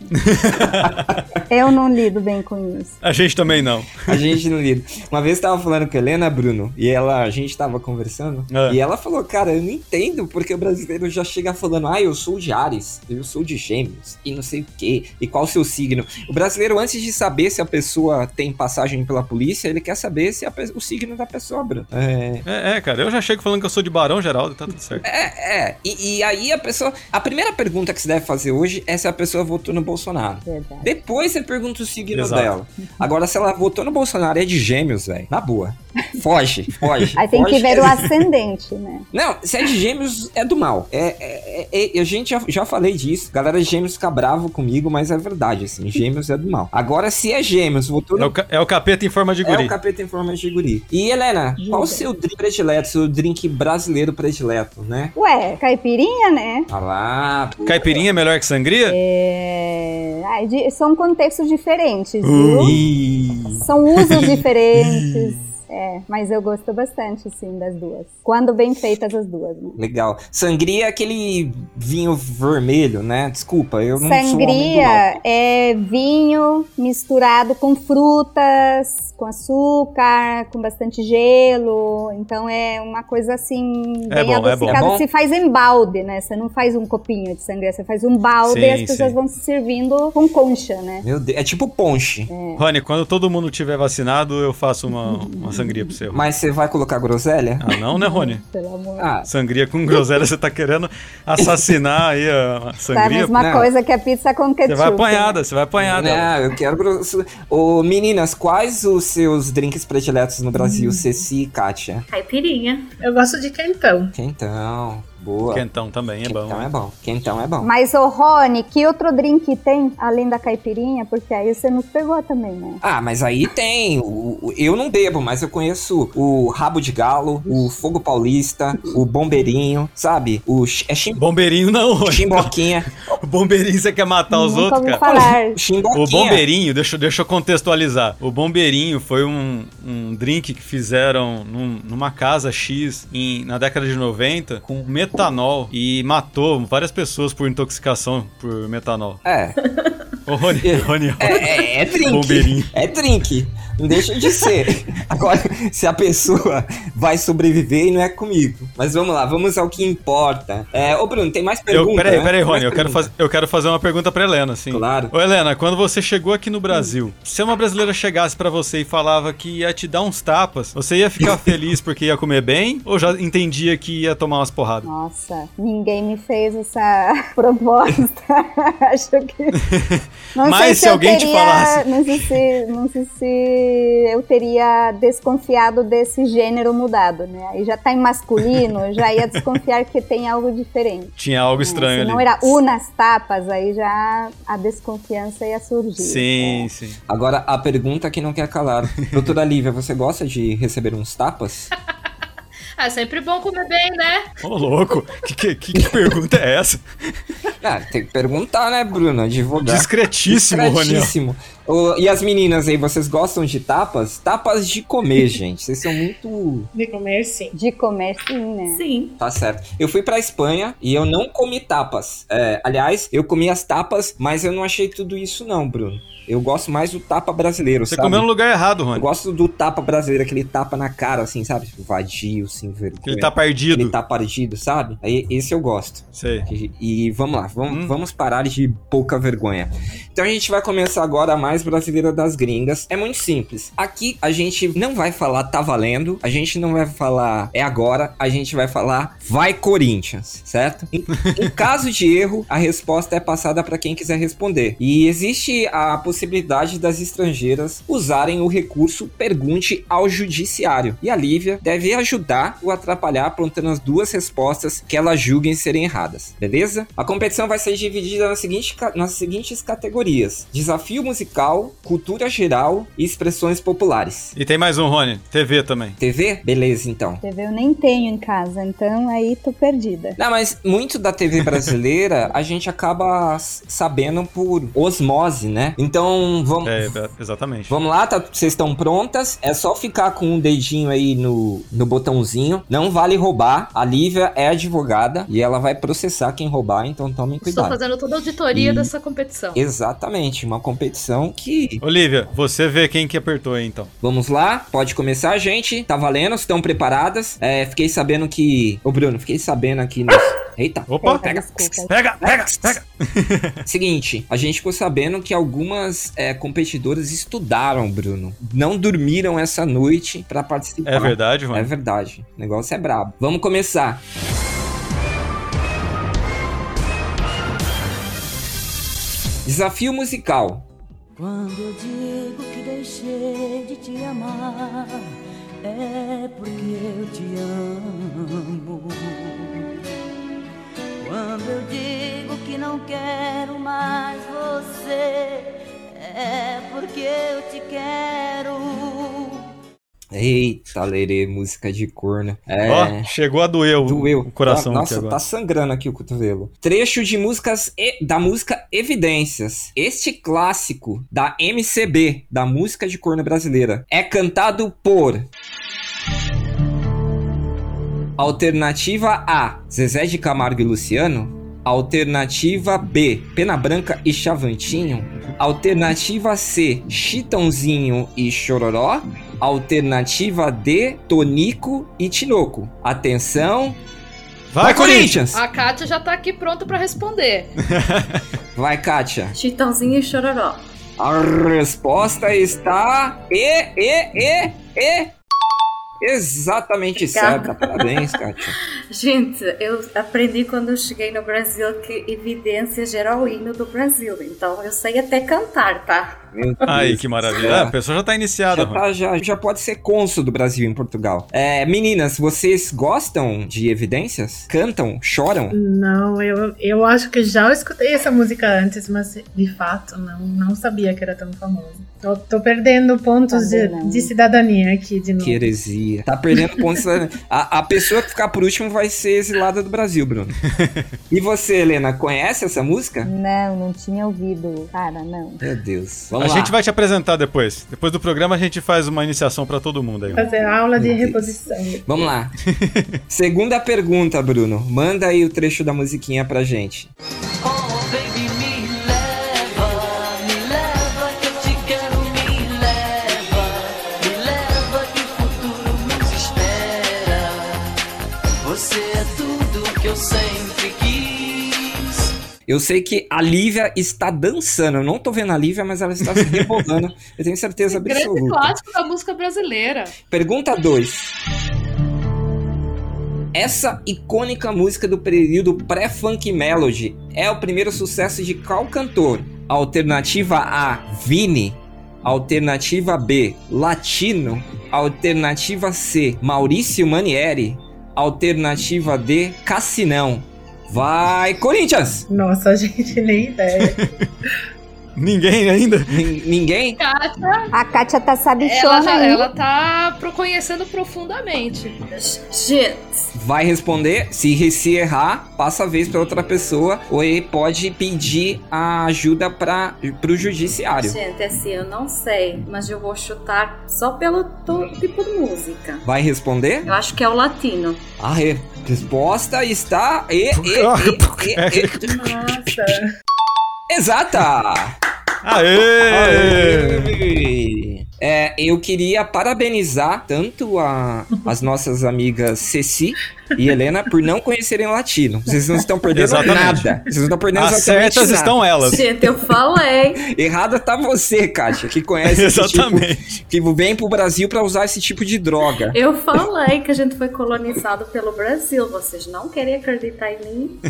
Speaker 10: Eu não lido bem com isso.
Speaker 3: A gente também não.
Speaker 4: A gente não lida. Uma vez eu tava falando com a Helena, Bruno, e ela, a gente tava conversando,
Speaker 3: É.
Speaker 4: e ela falou, cara, eu não entendo porque o brasileiro já chega falando, ah, eu sou de Ares, eu sou de Gêmeos, e não sei o quê, e qual o seu signo. O brasileiro, antes de saber se a pessoa tem passagem pela polícia, ele quer saber se a pe- o signo da pessoa, Bruno. É,
Speaker 3: É, é, cara, eu já chego falando que eu sou de Barão Geraldo, tá tudo certo.
Speaker 4: é, e, e aí a pessoa, a primeira pergunta que se deve fazer hoje é se a pessoa votou no Bolsonaro.
Speaker 10: Verdade.
Speaker 4: Depois você pergunta o signo
Speaker 3: Exato.
Speaker 4: dela. Agora, se ela votou no Bolsonaro, é de gêmeos, velho. Na boa.
Speaker 10: <laughs>
Speaker 4: Foge, foge.
Speaker 10: Aí tem
Speaker 4: foge,
Speaker 10: que
Speaker 4: <laughs>
Speaker 10: ver o
Speaker 4: é-
Speaker 10: ascendente, né?
Speaker 4: Não, se é de gêmeos, é do mal. É, é- é- é- a gente já, já falei disso. Galera de gêmeos fica bravo comigo, mas é verdade, assim. Gêmeos é do mal. Agora, se é gêmeos, votou
Speaker 3: É
Speaker 4: no...
Speaker 3: o, ca- é o capeta em forma de
Speaker 4: É
Speaker 3: guri.
Speaker 4: o capeta em forma de guri. E, Helena, qual o seu drink predileto, seu drink brasileiro predileto, né?
Speaker 10: Ué, É, caipirinha, né?
Speaker 4: Ah lá, pô.
Speaker 3: Caipirinha é melhor que sangria?
Speaker 10: É... ai, de- São contextos diferentes,
Speaker 3: Hum.
Speaker 10: viu?
Speaker 4: Ih.
Speaker 10: São usos diferentes. É, mas eu gosto bastante, sim, das duas. Quando bem feitas as duas, né?
Speaker 4: Legal. Sangria é aquele vinho vermelho, né? Desculpa, eu não sou homem do mal.
Speaker 10: Sangria é vinho misturado com frutas, com açúcar, com bastante gelo. Então é uma coisa assim,
Speaker 3: É
Speaker 10: bem
Speaker 3: bom, é bom.
Speaker 10: adocicada.
Speaker 4: É bom?
Speaker 10: Se faz em balde, né? Você não faz um copinho de sangria, você faz um balde
Speaker 3: Sim,
Speaker 10: e as pessoas
Speaker 3: sim.
Speaker 10: vão se servindo com concha, né?
Speaker 4: Meu Deus, é tipo ponche.
Speaker 3: Rony, quando todo mundo tiver vacinado, eu faço uma, uma sangria pro seu.
Speaker 4: Mas você vai colocar groselha?
Speaker 3: Ah, não, né, Rony?
Speaker 10: Pelo amor.
Speaker 4: Ah,
Speaker 3: Sangria com groselha, você tá querendo assassinar aí a a
Speaker 10: Tá a
Speaker 3: sangria?
Speaker 10: mesma
Speaker 4: né?
Speaker 10: coisa que a pizza com ketchup.
Speaker 3: Você vai
Speaker 10: né?
Speaker 3: apanhada, você vai apanhada.
Speaker 4: não, eu quero groselha. Ô, meninas, quais os seus drinks
Speaker 10: Hum.
Speaker 4: prediletos no Brasil, Ceci e Kátia?
Speaker 9: Caipirinha.
Speaker 8: Eu gosto de quentão.
Speaker 4: Quentão. Boa.
Speaker 3: Quentão também é bom.
Speaker 4: Quentão é bom. Quentão é bom.
Speaker 10: Mas, ô Rony, que outro drink tem além da caipirinha? Porque aí você nos pegou também, né?
Speaker 4: Ah, mas aí tem. o- o- eu não bebo, mas eu conheço o Rabo de Galo, o Fogo Paulista, o Bombeirinho, sabe? O chi- é chim-
Speaker 3: Bombeirinho não, Rony.
Speaker 4: Chimboquinha.
Speaker 10: <laughs>
Speaker 3: O <laughs> bombeirinho você quer matar os
Speaker 10: Nunca
Speaker 3: outros,
Speaker 10: ouvi
Speaker 3: cara.
Speaker 10: falar.
Speaker 4: Chimboquinha.
Speaker 3: O bombeirinho, deixa, eu- deixa eu contextualizar. O bombeirinho foi um, um drink que fizeram num- numa casa X em- na década de 90 com metanol e matou várias pessoas por intoxicação por metanol.
Speaker 4: É,
Speaker 3: Ô, Rony, Rony,
Speaker 4: <laughs> é, é, é drink.
Speaker 3: Bombeirinho.
Speaker 4: É drink. Não deixa
Speaker 3: <laughs>
Speaker 4: de ser. Agora, se a pessoa vai sobreviver, e não é comigo. Mas vamos lá, vamos ao que importa. É, ô, Bruno, tem mais
Speaker 3: Eu,
Speaker 4: perguntas?
Speaker 3: peraí,
Speaker 4: né?
Speaker 3: peraí,
Speaker 4: Tem mais
Speaker 3: Rony, eu quero,
Speaker 4: perguntas?
Speaker 3: faz, eu quero fazer uma pergunta pra Helena, assim.
Speaker 4: Claro.
Speaker 3: Ô, Helena, quando você chegou aqui no Brasil, se uma brasileira chegasse pra você e falava que ia te dar uns tapas, você ia ficar
Speaker 4: <laughs>
Speaker 3: feliz porque ia comer bem ou já entendia que ia tomar umas porradas?
Speaker 10: Nossa, ninguém me fez essa <laughs> proposta. Acho que. Não
Speaker 3: Mas se
Speaker 10: eu
Speaker 3: alguém te falasse.
Speaker 10: Não sei, se, não sei se eu teria desconfiado desse gênero mudado, né? Aí já tá em masculino, eu já ia desconfiar que tem algo diferente.
Speaker 3: Tinha algo estranho
Speaker 10: Se
Speaker 3: ali.
Speaker 10: não era unas tapas, aí já a desconfiança ia surgir. É.
Speaker 3: Sim, sim.
Speaker 4: Agora, a pergunta que não quer calar.
Speaker 3: <laughs>
Speaker 4: Doutora Lívia, você gosta de receber uns tapas?
Speaker 5: Ah, é sempre bom comer bem, né?
Speaker 3: Ô, louco, que, que, que- que pergunta é essa?
Speaker 4: Ah, tem que perguntar, né, Bruna? Advogado.
Speaker 3: Discretíssimo, Roniel.
Speaker 4: Discretíssimo. Ô, e as meninas aí, vocês gostam de tapas? Tapas de
Speaker 3: <laughs>
Speaker 4: comer, gente. Vocês são muito.
Speaker 8: De comer, sim.
Speaker 10: De comer, sim, né?
Speaker 6: Sim.
Speaker 4: Tá certo. Eu fui pra Espanha e eu não comi tapas. É, aliás, eu comi as tapas, mas eu não achei tudo isso, não, Bruno. Eu gosto mais do tapa brasileiro,
Speaker 3: Você
Speaker 4: sabe?
Speaker 3: comeu no lugar errado,
Speaker 4: Eu
Speaker 3: Rony.
Speaker 4: gosto do tapa brasileiro, aquele tapa na cara, assim, sabe? Tipo, vadio, sem vergonha.
Speaker 3: Ele tá
Speaker 4: Aquele
Speaker 3: perdido.
Speaker 4: tapa ardido, sabe? Aí, esse eu gosto.
Speaker 3: Sei.
Speaker 4: E vamos lá, vamos,
Speaker 3: Hum.
Speaker 4: vamos parar de pouca vergonha. Então a gente vai começar agora a mais brasileira das gringas. É muito simples. Aqui a gente não vai falar tá valendo, a gente não vai falar é agora, a gente vai falar vai Corinthians, certo? Em, em caso de erro, a resposta é passada para quem quiser responder. E existe a possibilidade das estrangeiras usarem o recurso pergunte ao judiciário. E a Lívia deve ajudar ou atrapalhar apontando as duas respostas que ela julguem serem erradas, beleza? A competição vai ser dividida nas, seguinte, ca- nas seguintes categorias: desafio musical, cultura geral e expressões populares.
Speaker 3: E tem mais um, Rony. TV também.
Speaker 4: TV? Beleza, então.
Speaker 10: TV eu nem tenho em casa, então aí tô perdida.
Speaker 4: Não, mas muito da TV brasileira a gente acaba s- sabendo por osmose, né? Então vamos,
Speaker 3: É, é, exatamente.
Speaker 4: Vamos lá, tá? Vocês estão prontas? É só ficar com um dedinho aí no, no botãozinho. Não vale roubar. A Lívia é advogada e ela vai processar quem roubar, então tomem
Speaker 5: Estou
Speaker 4: cuidado.
Speaker 5: fazendo toda a auditoria
Speaker 4: E-
Speaker 5: dessa competição.
Speaker 4: Exatamente, uma competição que.
Speaker 3: Olivia, você vê quem que apertou aí, então.
Speaker 4: Vamos lá, pode começar, gente. Tá valendo? Estão preparadas? É, fiquei sabendo que. Ô, Bruno, fiquei sabendo aqui nos. Eita!
Speaker 3: Opa!
Speaker 10: Eita,
Speaker 4: pega.
Speaker 10: desculpa.
Speaker 3: Pega, pega, pega!
Speaker 4: Seguinte, a gente ficou sabendo que algumas é, competidoras estudaram, Bruno. Não dormiram essa noite pra participar.
Speaker 3: É verdade,
Speaker 4: É
Speaker 3: Rony.
Speaker 4: verdade. O negócio é brabo. Vamos começar. Desafio musical.
Speaker 6: Quando eu digo que deixei de te amar, é porque eu te amo. Quando eu digo que não quero mais você, é porque eu te quero.
Speaker 4: Eita, Lerê, música de corno. É.
Speaker 3: Ó, chegou a doer o,
Speaker 4: Doeu.
Speaker 3: o coração
Speaker 4: Tá-
Speaker 3: aqui
Speaker 4: Nossa,
Speaker 3: agora.
Speaker 4: tá sangrando aqui o cotovelo. Trecho de músicas e- da música Evidências. Este clássico da MCB, da música de corno brasileira, é cantado por. Alternativa A: Zezé de Camargo e Luciano. Alternativa B: Pena Branca e Chavantinho. Alternativa C: Chitãozinho e Chororó. Alternativa D, Tonico e Tinoco. Atenção.
Speaker 3: Vai, Corinthians!
Speaker 4: Ah.
Speaker 5: A Kátia já tá aqui pronta pra responder.
Speaker 4: Vai, Kátia.
Speaker 9: Chitãozinho e chororó.
Speaker 4: A resposta está. E, e, e, e. Exatamente
Speaker 9: Obrigada.
Speaker 4: certa. Parabéns, Kátia.
Speaker 9: Gente, eu aprendi quando eu cheguei no Brasil que evidências era o hino do Brasil. Então eu sei até cantar, tá?
Speaker 4: Meu
Speaker 3: <laughs> Aí,
Speaker 4: Deus.
Speaker 3: que maravilha.
Speaker 4: É.
Speaker 3: Ah, a pessoa já tá iniciada,
Speaker 4: Já,
Speaker 3: Rony.
Speaker 4: tá- já- já pode ser cônsul do Brasil em Portugal. É, meninas, vocês gostam de evidências? Cantam? Choram?
Speaker 8: Não, eu, eu acho que já escutei essa música antes, mas de fato não, não sabia que era tão famosa. Tô, tô perdendo pontos de,
Speaker 10: Também não.
Speaker 8: de cidadania aqui de novo.
Speaker 4: Que heresia. Tá
Speaker 3: <laughs>
Speaker 4: perdendo pontos. né? a, a pessoa que ficar por último vai ser exilada do Brasil,
Speaker 3: <laughs>
Speaker 4: Bruno. E você, Helena, conhece essa música?
Speaker 10: Não, não tinha ouvido. Cara, não.
Speaker 4: Meu Deus.
Speaker 3: A
Speaker 4: Vamos lá.
Speaker 3: gente vai te apresentar depois. Depois do programa a gente faz uma iniciação pra todo mundo aí.
Speaker 8: Fazer aula de
Speaker 4: Meu Deus.
Speaker 8: reposição.
Speaker 4: Vamos lá. Segunda pergunta, Bruno. Manda aí o trecho da musiquinha pra gente.
Speaker 6: Oh, baby, me leva, me leva que eu te quero, me leva, me leva que o futuro nos espera. Você é tudo que eu sempre quis.
Speaker 4: Eu sei que a Lívia está dançando. Eu não tô vendo a Lívia, mas ela está se rebolando. Eu tenho certeza
Speaker 5: Grande
Speaker 4: absoluta.
Speaker 5: clássico da música brasileira.
Speaker 4: Pergunta 2. Essa icônica música do período pré-funk melody é o primeiro sucesso de qual cantor? Alternativa A, Vini. Alternativa B, Latino. Alternativa C, Maurício Manieri. Alternativa D, Cassinão. Vai, Corinthians!
Speaker 8: Nossa, <laughs> gente, nem ideia.
Speaker 3: Ninguém ainda?
Speaker 4: Nin- ninguém?
Speaker 5: Kátia,
Speaker 10: A Kátia tá
Speaker 5: ela,
Speaker 10: sabichona
Speaker 5: já-
Speaker 10: aí.
Speaker 5: ela tá pro- conhecendo profundamente.
Speaker 9: Gente,
Speaker 4: vai responder. Se, re- se errar, passa a vez para outra pessoa ou ele pode pedir a ajuda para o judiciário.
Speaker 9: gente, assim, eu não sei, mas eu vou chutar só pelo to- tipo de música.
Speaker 4: Vai responder?
Speaker 9: Eu acho que é o latino.
Speaker 4: A re- resposta está e, e- e- e- e-
Speaker 8: Nossa.
Speaker 4: exata.
Speaker 3: Aê!
Speaker 4: Aê! É, eu queria parabenizar tanto a- as nossas amigas Ceci e Helena por não conhecerem latino. Vocês não estão perdendo
Speaker 3: Exatamente.
Speaker 4: nada. Vocês não estão perdendo
Speaker 3: As
Speaker 4: exatamente
Speaker 3: certas
Speaker 4: nada.
Speaker 3: estão elas.
Speaker 9: Gente, eu falei.
Speaker 4: Errada tá você, Kátia, que
Speaker 3: <laughs>
Speaker 4: conhece esse tipo
Speaker 3: Exatamente.
Speaker 4: que vem pro Brasil pra usar esse tipo
Speaker 3: <laughs>
Speaker 4: de droga.
Speaker 9: Eu falei que a gente foi colonizado pelo Brasil. Vocês não querem acreditar em mim?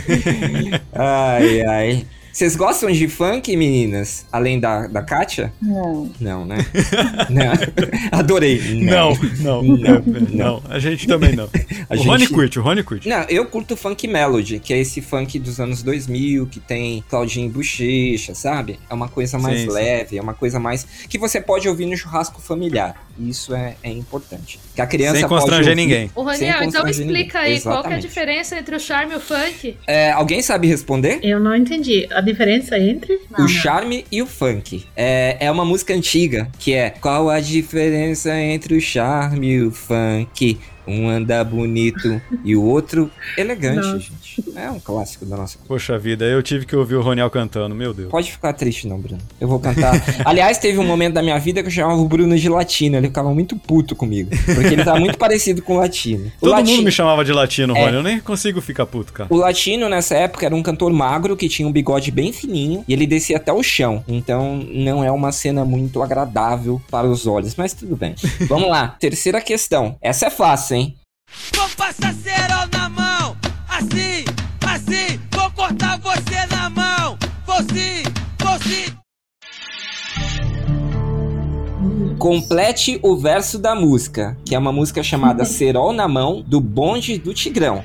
Speaker 4: Ai, ai. Vocês gostam de funk, meninas? Além da, da Kátia?
Speaker 10: Não.
Speaker 4: Não, né? <laughs> não. <laughs> Adorei.
Speaker 3: Não, não, não, não. A gente também não.
Speaker 4: A
Speaker 3: o
Speaker 4: gente-
Speaker 3: Rony curte, o Rony curte.
Speaker 4: Não, eu curto funk melody, que é esse funk dos anos 2000, que tem Claudinho Bochecha, sabe? É uma coisa mais
Speaker 3: Sim, sim.
Speaker 4: leve, é uma coisa mais... Que você pode ouvir no churrasco familiar. Isso é, é importante. Que a criança
Speaker 3: Sem
Speaker 4: pode
Speaker 3: constranger
Speaker 4: ouvir-
Speaker 3: ninguém.
Speaker 5: Ô,
Speaker 4: Sem
Speaker 5: Raniel, então me
Speaker 4: constranger ninguém.
Speaker 5: explica aí qual que é a
Speaker 4: Exatamente.
Speaker 5: diferença entre o charme e o funk.
Speaker 4: É, alguém sabe responder?
Speaker 8: Eu não entendi. A diferença entre.
Speaker 9: Não,
Speaker 4: o
Speaker 9: não.
Speaker 4: charme e o funk. É, é uma música antiga, que é Qual a diferença entre o charme e o funk? Um anda
Speaker 9: <laughs>
Speaker 4: bonito e o outro elegante,
Speaker 8: Não.
Speaker 4: gente. É um clássico da nossa.
Speaker 3: Poxa vida, eu tive que ouvir o Roniel cantando, meu Deus.
Speaker 4: Pode ficar triste, não, Bruno. Eu vou cantar. Aliás, teve um momento da minha vida que eu chamava o Bruno de latino. Ele ficava muito puto comigo. Porque ele tava muito parecido com o latino. O
Speaker 3: Todo
Speaker 4: latino...
Speaker 3: mundo me chamava de latino,
Speaker 4: É.
Speaker 3: Rony. Eu nem consigo ficar puto, cara.
Speaker 4: O Latino, nessa época, era um cantor magro que tinha um bigode bem fininho e ele descia até o chão. Então, não é uma cena muito agradável para os olhos, mas tudo bem. Vamos lá, terceira questão. Essa é fácil, hein?
Speaker 6: Vou passar cerol na mão, assim, assim, vou cortar você na mão, vou sim, vou sim.
Speaker 4: Complete o verso da música, que é uma
Speaker 3: <laughs>
Speaker 4: música chamada Serol na Mão, do Bonde do Tigrão.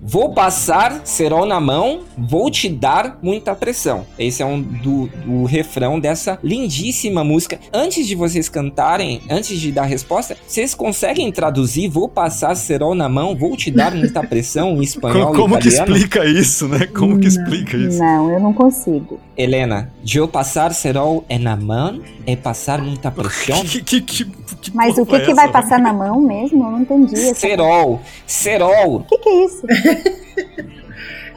Speaker 4: Vou passar serol na mão, vou te dar muita pressão. Esse é um do, do refrão dessa lindíssima música. Antes de vocês cantarem, antes de dar a resposta, vocês conseguem traduzir vou passar serol na mão, vou te dar muita pressão
Speaker 3: <laughs>
Speaker 4: em espanhol
Speaker 3: Co- como que
Speaker 4: italiano?
Speaker 3: explica isso, né? Como que
Speaker 8: Não.
Speaker 3: explica isso?
Speaker 10: Não, eu não consigo.
Speaker 4: Helena, eu passar serol é na mão, é passar muita pressão.
Speaker 3: Que, que, que, que
Speaker 10: Mas
Speaker 3: porra
Speaker 10: o que,
Speaker 3: é
Speaker 10: que
Speaker 3: essa,
Speaker 10: vai
Speaker 3: Rony?
Speaker 10: passar na mão mesmo? Eu não entendi. essa-
Speaker 4: Serol, serol,
Speaker 10: O que, que é isso?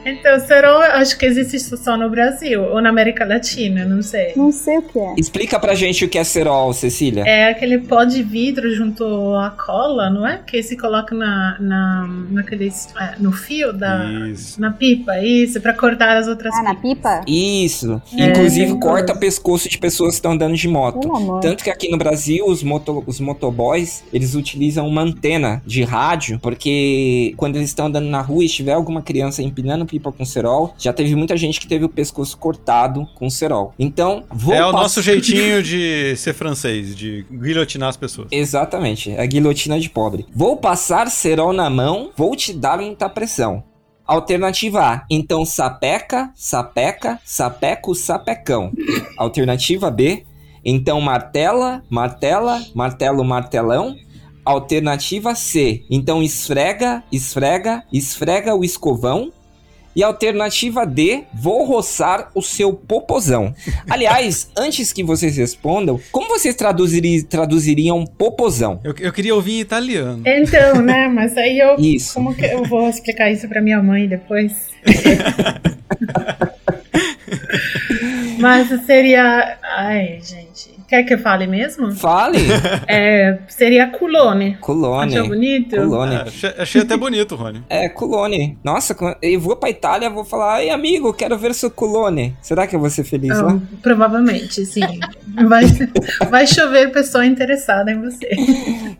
Speaker 8: Então, serol, acho que existe só no Brasil, ou na América Latina, não sei.
Speaker 10: Não sei o que é.
Speaker 4: Explica pra gente o que é cerol, Cecília.
Speaker 8: É aquele pó de vidro junto à cola, não é? Que se coloca na, na, naqueles, é, no fio da.
Speaker 3: Isso.
Speaker 8: Na pipa, isso, pra cortar as outras
Speaker 10: Ah, na
Speaker 8: pipas.
Speaker 10: pipa?
Speaker 4: Isso.
Speaker 8: É,
Speaker 4: Inclusive
Speaker 8: tem
Speaker 4: corta pescoço de pessoas que estão andando de moto.
Speaker 10: Pelo amor.
Speaker 4: Tanto que aqui no Brasil, os, moto, os motoboys, eles utilizam uma antena de rádio, porque quando eles estão andando na rua e tiver alguma criança empinando pipa com cerol, já teve muita gente que teve o pescoço cortado com cerol. Então, vou
Speaker 3: é o
Speaker 4: pass-
Speaker 3: nosso jeitinho de ser francês, de guilhotinar as pessoas.
Speaker 4: Exatamente, a guilhotina de pobre. Vou passar cerol na mão, vou te dar muita pressão. Alternativa A, então sapeca, sapeca, sapeco, sapecão. Alternativa B, então martela, martela, martelo, martelão. Alternativa C, então esfrega, esfrega, esfrega o escovão. E alternativa D, vou roçar o seu popozão. Aliás, antes que vocês respondam, como vocês traduziri- traduziriam popozão?
Speaker 3: Eu, eu queria ouvir em
Speaker 10: É.
Speaker 3: italiano.
Speaker 10: <laughs>
Speaker 8: Então, né? Mas aí eu.
Speaker 4: Isso.
Speaker 8: Como que eu vou explicar isso pra minha mãe depois? Mas seria. Ai, gente. Quer que eu fale mesmo? <laughs>
Speaker 4: Fale,
Speaker 8: É, seria culone. Achou
Speaker 4: colone.
Speaker 8: bonito?
Speaker 4: Colone.
Speaker 3: Ah, achei, achei até bonito, Rony.
Speaker 4: É, colone. Nossa, co- eu vou pra Itália, vou falar, ei amigo, quero ver seu colone. Será que eu vou ser feliz
Speaker 8: Ah,
Speaker 4: lá?
Speaker 8: provavelmente, sim. Vai, vai chover pessoa interessada em você.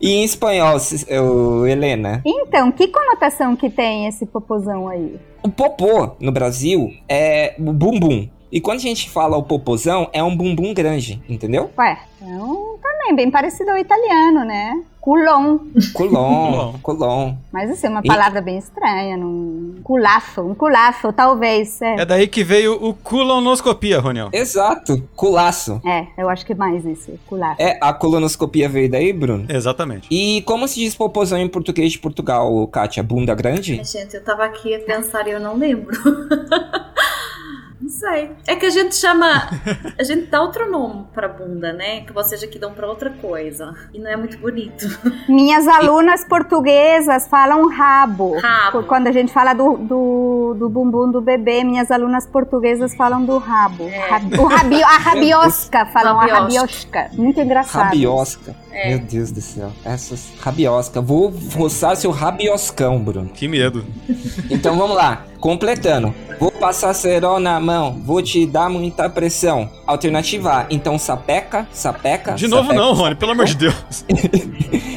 Speaker 4: E em espanhol, se- eu- Helena?
Speaker 10: Então, que conotação que tem esse popozão aí?
Speaker 4: O popô no Brasil é o bumbum. E quando a gente fala o popozão, é um bumbum grande, entendeu?
Speaker 10: Ué, então também bem parecido ao italiano, né? Culon.
Speaker 4: Colon,
Speaker 8: <laughs>
Speaker 3: Colon.
Speaker 4: colon.
Speaker 10: Mas assim, uma
Speaker 4: E-
Speaker 10: palavra bem estranha. Num... Culafo, um culafo, talvez. É.
Speaker 3: É daí que veio o culonoscopia, Roniel.
Speaker 4: Exato, culaço.
Speaker 10: É, eu acho que mais isso, culafo.
Speaker 4: É, a colonoscopia veio daí, Bruno?
Speaker 3: Exatamente.
Speaker 4: E como se diz popozão em português de Portugal, Kátia? Bunda grande?
Speaker 9: Gente, eu tava aqui a pensar e eu não lembro. <laughs> Não sei. É que a gente chama. A gente dá outro nome pra bunda, né? Que vocês aqui dão pra outra coisa. E não é muito bonito.
Speaker 10: Minhas alunas portuguesas falam rabo. Por-
Speaker 9: Rabo.
Speaker 10: Quando a gente fala do, do, do bumbum do bebê, minhas alunas portuguesas falam do rabo. Rab- O rabi, a rabiosca, falam a rabiosca. Muito engraçado. É.
Speaker 4: Rabiosca. Meu Deus do céu. Essas. Rabiosca. Vou roçar seu rabioscão, Bruno.
Speaker 3: Que medo.
Speaker 4: Então vamos lá. Completando. Vou passar cerol na mão. Vou te dar muita pressão. Alternativa A. Então sapeca, sapeca.
Speaker 3: De novo
Speaker 4: sapeca.
Speaker 3: não, Rony, pelo amor de
Speaker 4: <laughs>
Speaker 3: Deus.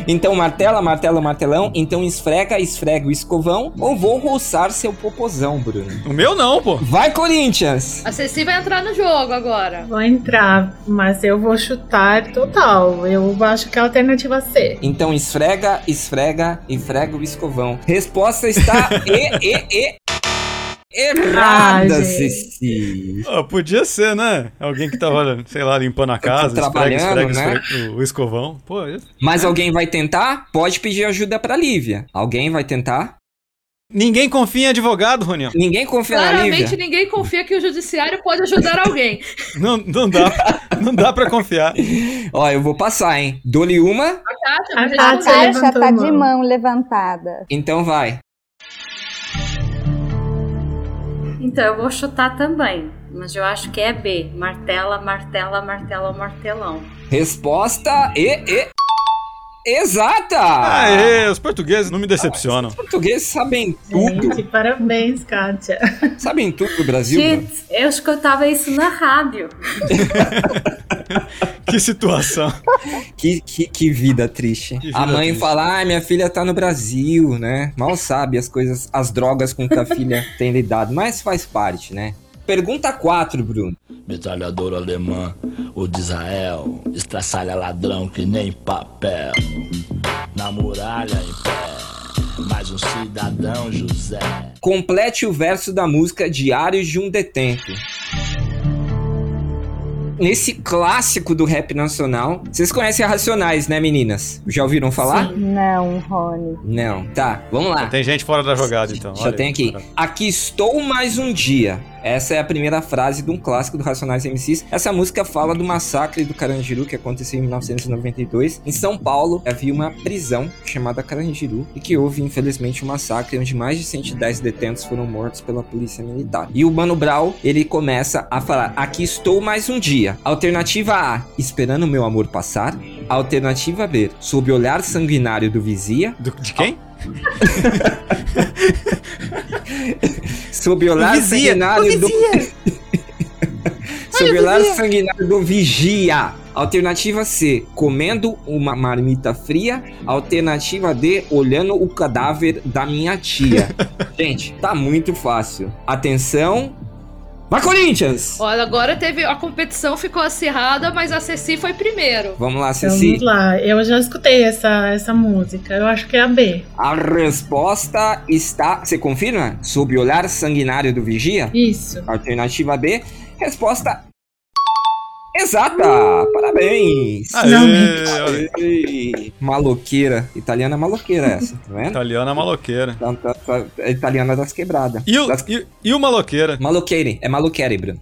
Speaker 4: Então martela, martela, martelão. Então esfrega, esfrega o escovão. Ou vou roçar seu popozão, Bruno.
Speaker 3: O meu não, pô.
Speaker 4: Vai, Corinthians!
Speaker 5: A Ceci vai entrar no jogo agora.
Speaker 8: Vou entrar, mas eu vou chutar total. Eu acho que é a alternativa C.
Speaker 4: Então esfrega, esfrega, esfrega o escovão. Resposta
Speaker 8: <laughs>
Speaker 4: está e, e, e. Errada,
Speaker 8: Ai, gente.
Speaker 4: Ceci.
Speaker 3: Ah, podia ser, né? Alguém que tava, sei lá, limpando a casa, esfrega,
Speaker 4: Trabalhando,
Speaker 3: esfrega,
Speaker 4: né?
Speaker 3: esfrega o escovão. Pô, isso-
Speaker 4: Mas alguém vai tentar? Pode pedir ajuda pra Lívia. Alguém vai tentar?
Speaker 3: ninguém confia em advogado, Roniel.
Speaker 4: Ninguém confia na
Speaker 5: Claramente
Speaker 4: Lívia.
Speaker 5: ninguém confia que o judiciário pode ajudar
Speaker 10: <laughs>
Speaker 5: alguém.
Speaker 3: Não, não dá, não dá pra
Speaker 4: <laughs>
Speaker 3: confiar.
Speaker 4: Ó, eu vou passar, hein? Dou-lhe uma,
Speaker 5: A Kátia,
Speaker 8: A
Speaker 5: pra gente
Speaker 8: Kátia
Speaker 5: poder-
Speaker 10: Caixa
Speaker 8: Ah, levantou
Speaker 10: tá
Speaker 8: a mão.
Speaker 10: de mão levantada.
Speaker 4: então vai.
Speaker 9: Então eu vou chutar também. Mas eu acho que é B. Martela, martela, martela, martelão.
Speaker 4: Resposta e, e. Exata!
Speaker 3: Aê, os portugueses não me decepcionam.
Speaker 4: Os portugueses sabem tudo.
Speaker 8: Gente, parabéns, Kátia.
Speaker 3: É.
Speaker 4: Sabem tudo do Brasil. Bruno.
Speaker 9: Gente, eu escutava isso na rádio.
Speaker 3: Que situação.
Speaker 4: Que, que, que vida triste.
Speaker 3: Que
Speaker 4: a
Speaker 3: vida
Speaker 4: mãe
Speaker 3: triste.
Speaker 4: fala, ah, minha filha tá no Brasil, né? Mal sabe as coisas, as drogas com que a filha tem lidado, mas faz parte, né? Pergunta 4, Bruno.
Speaker 11: Metralhadora alemã, o de Israel, estraçalha ladrão que nem papel. Na muralha em pé, mais um cidadão José.
Speaker 4: Complete o verso da música Diário de um Detento. nesse clássico do rap nacional. Vocês conhecem a Racionais, né, meninas? Já ouviram falar?
Speaker 10: Não, Rony.
Speaker 4: Não. Tá, vamos lá.
Speaker 3: Tem gente fora da jogada, então.
Speaker 4: Já
Speaker 3: olha aí.
Speaker 4: tem aqui. Aqui estou mais um dia. Essa é a primeira frase de um clássico do Racionais MCs. Essa música fala do massacre do Carandiru que aconteceu em 1992. Em São Paulo havia uma prisão chamada Carandiru e que houve, infelizmente, um massacre onde mais de 110 detentos foram mortos pela polícia militar. E o Mano Brown, ele começa a falar: Aqui estou mais um dia. Alternativa A: Esperando o meu amor passar. Alternativa B: Sob o olhar sanguinário do vizia.
Speaker 3: Do- de quem?
Speaker 4: Sob o olhar
Speaker 6: vizia,
Speaker 4: sanguinário do. <laughs> Sob o olhar sanguinário do vigia. Alternativa C, comendo uma marmita fria. Alternativa D, olhando o cadáver da minha <laughs> tia. Gente, tá muito fácil. Atenção. Vai, Corinthians!
Speaker 5: Olha, agora teve. A competição ficou acirrada, mas a Ceci foi primeiro.
Speaker 4: Vamos lá,
Speaker 8: Então,
Speaker 4: Ceci.
Speaker 8: vamos lá. Eu já escutei essa, essa música. Eu acho que é a B.
Speaker 4: A resposta está. Você confirma? Sob o olhar sanguinário do vigia?
Speaker 8: Isso.
Speaker 4: Alternativa B, resposta exata! Parabéns!
Speaker 3: Aê, olha aí.
Speaker 4: Ei, Maloqueira. Italiana maloqueira essa, tá vendo?
Speaker 3: Italiana maloqueira.
Speaker 4: Tá- tá- tá- é Italiana das quebradas.
Speaker 3: E o, e, e o maloqueira?
Speaker 4: Maloqueire, é maloqueire, Bruno.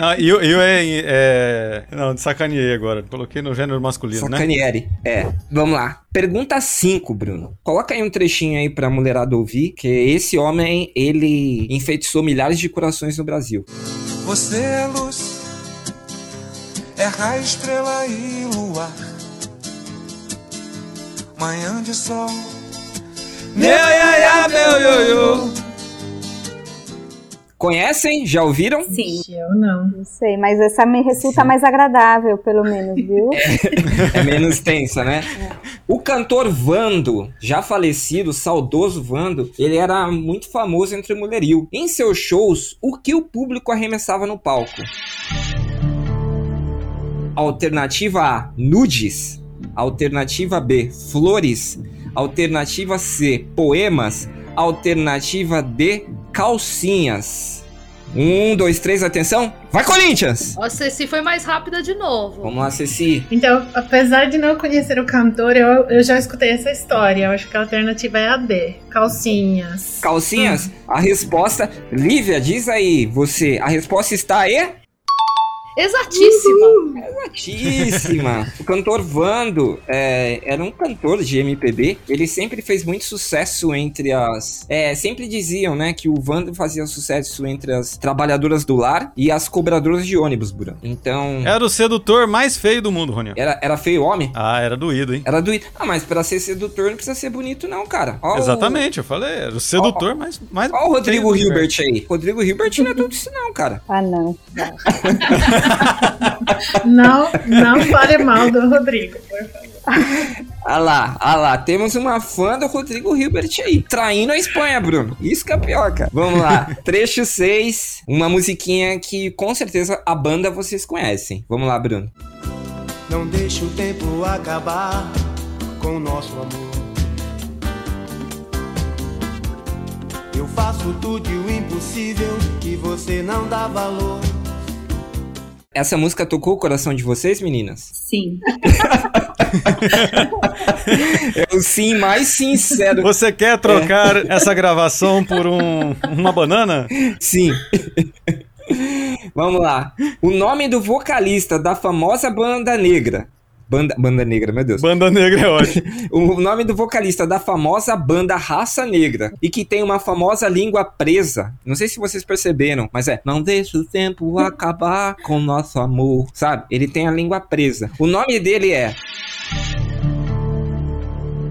Speaker 3: Ah, e o, e o é, é- Não, sacaneei agora. Coloquei no gênero masculino, né?
Speaker 4: Sacanieri. É. Vamos lá. Pergunta 5, Bruno. Coloca aí um trechinho aí pra mulherada ouvir, que esse homem, ele enfeitiçou milhares de corações no Brasil.
Speaker 12: Você é luz, erra estrela e luar. Manhã de sol, meu iaia, meu ioiô.
Speaker 4: Conhecem? Já ouviram?
Speaker 10: Sim.
Speaker 8: Eu não.
Speaker 10: Não sei, mas essa me resulta mais agradável, pelo menos, viu?
Speaker 4: É menos tensa, né? O cantor Vando, já falecido, saudoso Vando, ele era muito famoso entre o mulherio. Em seus shows, o que o público arremessava no palco? Alternativa A, nudes. Alternativa B, flores. Alternativa C, poemas. Alternativa D, calcinhas. Um, dois, três, atenção. Vai, Corinthians!
Speaker 5: Ó, A Ceci foi mais rápida de novo.
Speaker 4: Vamos lá, Ceci.
Speaker 8: Então, apesar de não conhecer o cantor, eu, eu já escutei essa história. Eu acho que a alternativa é a B. Calcinhas.
Speaker 4: Calcinhas? A resposta. Lívia, diz aí, você. A resposta está aí?
Speaker 5: Exatíssima.
Speaker 4: Certíssima. o cantor Vando é, era um cantor de MPB. Ele sempre fez muito sucesso entre as. É, sempre diziam, né, que o Vando fazia sucesso entre as trabalhadoras do lar e as cobradoras de ônibus, Bruno. Então.
Speaker 3: Era o sedutor mais feio do mundo, Rony.
Speaker 4: Era, era feio homem?
Speaker 3: Ah, era doído, hein?
Speaker 4: Era doido. Ah, mas pra ser sedutor não precisa ser bonito, não, cara. Ó o-
Speaker 3: Exatamente, eu falei. Era o sedutor mais. mais
Speaker 4: Ó o Rodrigo
Speaker 3: feio do
Speaker 4: Hilbert
Speaker 3: universo.
Speaker 4: aí. Rodrigo Hilbert não é tudo isso, não, cara.
Speaker 10: Ah, não.
Speaker 8: Não, não fale mal do Rodrigo, por favor.
Speaker 4: Ah lá, ah lá, temos uma fã do Rodrigo Hilbert aí, traindo a Espanha, Bruno. Isso que é pior, cara. Vamos lá, trecho 6, uma musiquinha que com certeza a banda vocês conhecem. Vamos lá, Bruno.
Speaker 12: Não deixe o tempo acabar com o nosso amor. Eu faço tudo e o impossível que você não dá valor.
Speaker 4: Essa música tocou o coração de vocês, meninas?
Speaker 9: Sim.
Speaker 4: É o sim mais sincero.
Speaker 3: Você quer trocar
Speaker 4: É. <laughs>
Speaker 3: essa gravação por um, uma banana?
Speaker 4: Sim. Vamos lá. O nome do vocalista da famosa banda negra. Banda, banda negra, meu Deus.
Speaker 3: Banda negra é ótimo.
Speaker 4: O nome do vocalista da famosa banda Raça Negra e que tem uma famosa língua presa. Não sei se vocês perceberam, mas é Não deixa o tempo acabar com nosso amor, sabe? Ele tem a língua presa. O nome dele é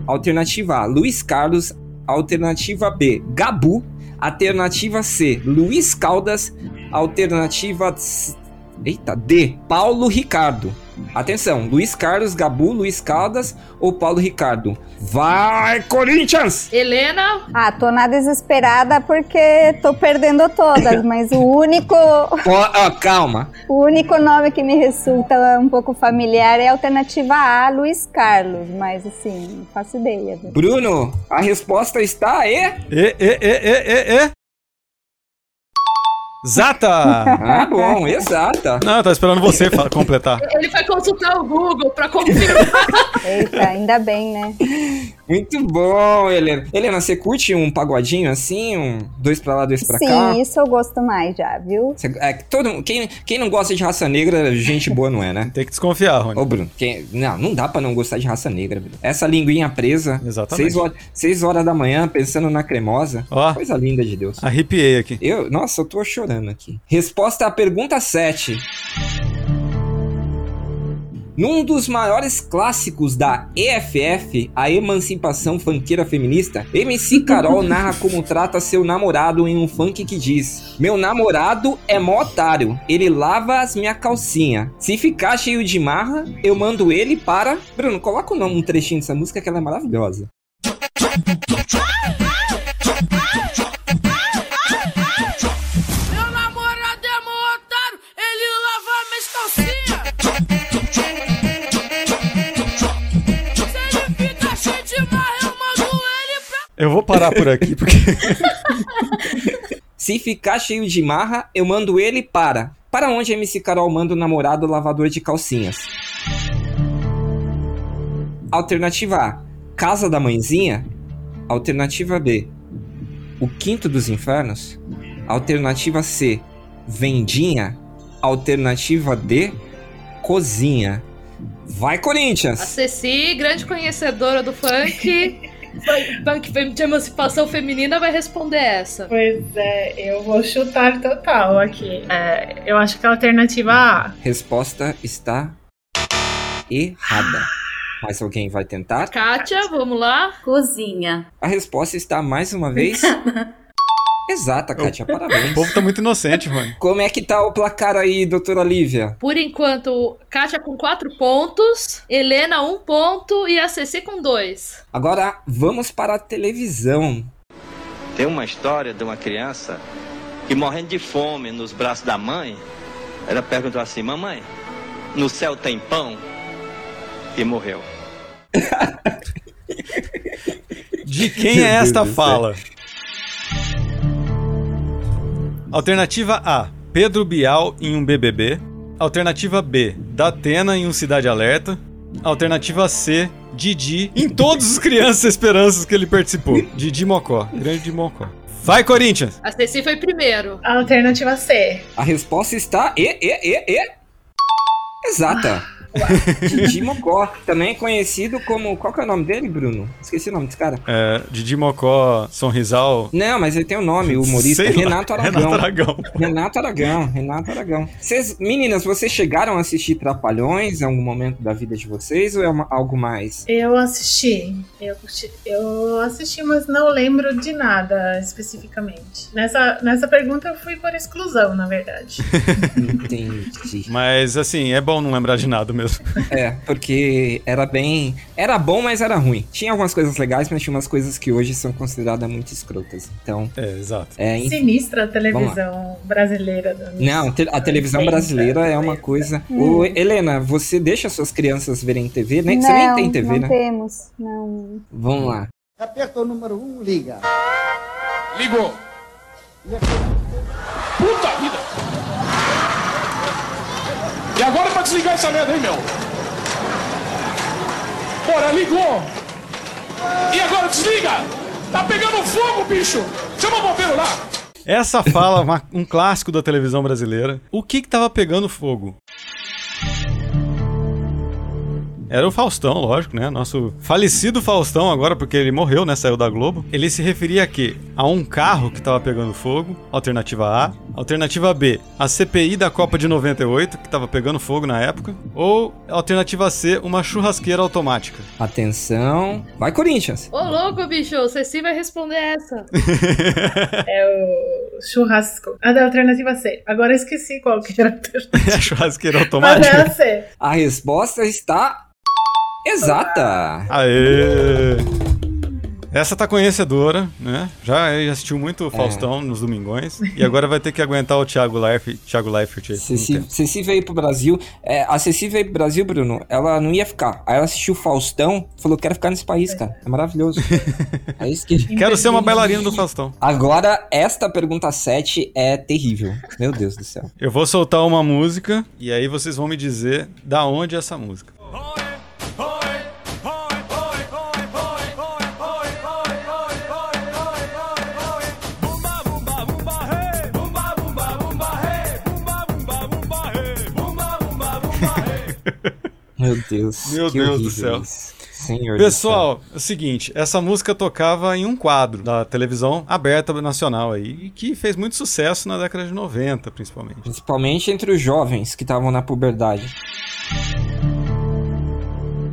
Speaker 4: Alternativa A, Luiz Carlos. Alternativa B, Gabu. Alternativa C, Luiz Caldas. Alternativa C- Eita, D, Paulo Ricardo. Atenção, Luiz Carlos, Gabu, Luiz Caldas ou Paulo Ricardo? Vai, Corinthians!
Speaker 5: Helena,
Speaker 10: Ah, tô na desesperada porque tô perdendo todas, mas o único,
Speaker 4: Ó, ó, calma.
Speaker 10: o único nome que me resulta um pouco familiar é a alternativa A, Luiz Carlos, mas assim, não faço ideia. viu?
Speaker 4: Bruno, a resposta está aí.
Speaker 3: E, e, e, e, e, e.
Speaker 4: <laughs>
Speaker 3: Zata!
Speaker 4: Ah, bom, exata.
Speaker 3: Não, eu tava esperando você fa- completar.
Speaker 5: Ele foi consultar o Google pra confirmar.
Speaker 10: Eita, ainda bem, né?
Speaker 4: Muito bom, Helena. Helena, você curte um pagodinho assim? Um dois pra lá, dois pra cá?
Speaker 10: Sim, isso eu gosto mais já, viu?
Speaker 4: Você- é, todo, mundo- quem, quem não gosta de raça negra, gente boa não é, né?
Speaker 3: Tem que desconfiar, Rony.
Speaker 4: Ô, Bruno, quem- não, não dá pra não gostar de raça negra, Bruno. Essa linguinha presa,
Speaker 3: Exatamente.
Speaker 4: seis horas, seis horas da manhã, pensando na cremosa.
Speaker 3: Ó.
Speaker 4: Coisa linda de Deus.
Speaker 3: Arrepiei aqui.
Speaker 4: Eu, nossa, eu tô chorando aqui. Resposta à pergunta 7. Num dos maiores clássicos da EFF, a emancipação funkeira feminista, MC Carol narra como trata seu namorado em um funk que diz: Meu namorado é mó otário, ele lava as minha calcinha. Se ficar cheio de marra, eu mando ele para. Bruno, coloca o nome, um trechinho dessa música que ela é maravilhosa.
Speaker 6: Meu namorado é mó otário, ele lava minhas calcinhas. Se ele fica cheio de marra, eu mando ele pra.
Speaker 3: Eu vou parar por aqui, porque.
Speaker 4: Se ficar cheio de marra, eu mando ele para. Para onde a MC Carol manda o namorado lavador de calcinhas? Alternativa A: Casa da Mãezinha. Alternativa B: O Quinto dos Infernos. Alternativa C: Vendinha. Alternativa D: Cozinha. Vai,
Speaker 5: A
Speaker 4: Corinthians!
Speaker 5: Ceci, grande conhecedora do funk, fun- funk de emancipação feminina, vai responder essa.
Speaker 8: Pois é, eu vou chutar total aqui. É, eu acho que a alternativa A.
Speaker 4: Resposta está errada. Mas alguém vai tentar?
Speaker 5: Kátia, vamos lá.
Speaker 9: Cozinha.
Speaker 4: A resposta está mais
Speaker 3: <laughs>
Speaker 4: uma vez exata, Kátia. Parabéns.
Speaker 3: O <laughs> povo tá muito inocente, Rony.
Speaker 4: Como é que tá o placar aí, doutora Lívia?
Speaker 5: Por enquanto, Kátia com quatro pontos, Helena um ponto e a Ceci com dois.
Speaker 4: Agora vamos para a televisão.
Speaker 13: Tem uma história de uma criança que morrendo de fome nos braços da mãe, ela perguntou assim: Mamãe, no céu tem pão? E morreu.
Speaker 3: De quem <laughs> é esta fala? Alternativa A: Pedro Bial em um BBB. Alternativa B: Datena em um Cidade Alerta. Alternativa C: Didi em todos os Crianças Esperanças que ele participou. Didi Mocó, grande de Mocó. Vai, Corinthians!
Speaker 5: A Ceci foi primeiro.
Speaker 8: A alternativa C.
Speaker 4: A resposta está e, e, e, e.
Speaker 3: <gasps>
Speaker 4: Exata. Didi Mocó, também conhecido como. Qual que é o nome dele, Bruno? Esqueci o nome desse cara.
Speaker 3: É, Didi Mocó, Sonrisal.
Speaker 4: Não, mas ele tem o nome, o humorista.
Speaker 3: Sei lá.
Speaker 4: Renato Aragão.
Speaker 3: Renato Aragão.
Speaker 4: Renato Aragão, Renato Aragão. Vocês, meninas, vocês chegaram a assistir Trapalhões em algum momento da vida de vocês ou é uma- algo
Speaker 3: <laughs>
Speaker 4: mais?
Speaker 8: Eu assisti. Eu, assisti- eu assisti, mas não lembro de nada especificamente. Nessa, nessa pergunta eu fui por exclusão, na verdade.
Speaker 4: Entendi.
Speaker 3: Mas assim, é bom não lembrar de nada mesmo.
Speaker 4: É, porque era bem. Era bom, mas era ruim. Tinha algumas coisas legais, mas tinha umas coisas que hoje são consideradas muito escrotas. Então.
Speaker 3: É, exato.
Speaker 4: É, <laughs> enfim.
Speaker 8: Sinistra a televisão brasileira. do-
Speaker 4: Não, te- a televisão
Speaker 8: Entenda,
Speaker 4: brasileira é uma coisa. Ô, Helena, você deixa suas crianças verem TV? Nem, você nem
Speaker 10: Não,
Speaker 4: tem TV,
Speaker 10: não
Speaker 4: né?
Speaker 10: temos, não.
Speaker 4: Vamos lá.
Speaker 14: Aperta o número 1, um, liga.
Speaker 13: Ligou!
Speaker 15: Puta vida! E agora pra desligar essa merda, hein, meu? Bora, ligou! E agora desliga! Tá pegando fogo, bicho! Chama o bombeiro lá!
Speaker 3: Essa fala, uma- um clássico da televisão brasileira. O que que tava pegando fogo? Era o Faustão, lógico, né? Nosso falecido Faustão agora, porque ele morreu, né? Saiu da Globo. Ele se referia a quê? A um carro que tava pegando fogo, alternativa A. Alternativa B, a CPI da Copa de 98, que tava pegando fogo na época. Ou alternativa C, uma churrasqueira automática. <laughs>
Speaker 4: Atenção. Vai, Corinthians!
Speaker 5: Ô, louco, bicho, Ceci vai responder essa.
Speaker 8: É o churrasco. A da alternativa C. Agora eu esqueci qual que era a alternativa.
Speaker 3: É a churrasqueira
Speaker 8: Mas é a
Speaker 3: automática.
Speaker 8: <laughs> C.
Speaker 4: A resposta está. Exata!
Speaker 3: Aê! Essa tá conhecedora, né? Já já assistiu muito Faustão nos domingões. E agora vai ter que aguentar o Thiago Leifert. Thiago Leifert aí, um
Speaker 4: Ceci,
Speaker 3: tempo.
Speaker 4: Ceci veio pro Brasil. É, a Ceci veio pro Brasil, Bruno, ela não ia ficar. Aí ela assistiu o Faustão, falou: quero ficar nesse país, cara.
Speaker 3: <laughs>
Speaker 4: É maravilhoso. é isso que.
Speaker 3: <laughs> Quero ser uma bailarina do Faustão.
Speaker 4: Agora, esta pergunta 7 é terrível. Meu Deus do céu.
Speaker 3: Eu vou soltar uma música e aí vocês vão me dizer da onde é essa música.
Speaker 4: Meu Deus.
Speaker 3: Meu
Speaker 4: que
Speaker 3: Deus do
Speaker 4: horrível
Speaker 3: céu.
Speaker 4: isso. Senhor do céu.
Speaker 3: Pessoal, é o seguinte, essa música tocava em um quadro da televisão aberta nacional aí, e que fez muito sucesso na década de 90, principalmente.
Speaker 4: Principalmente entre os jovens que estavam na puberdade.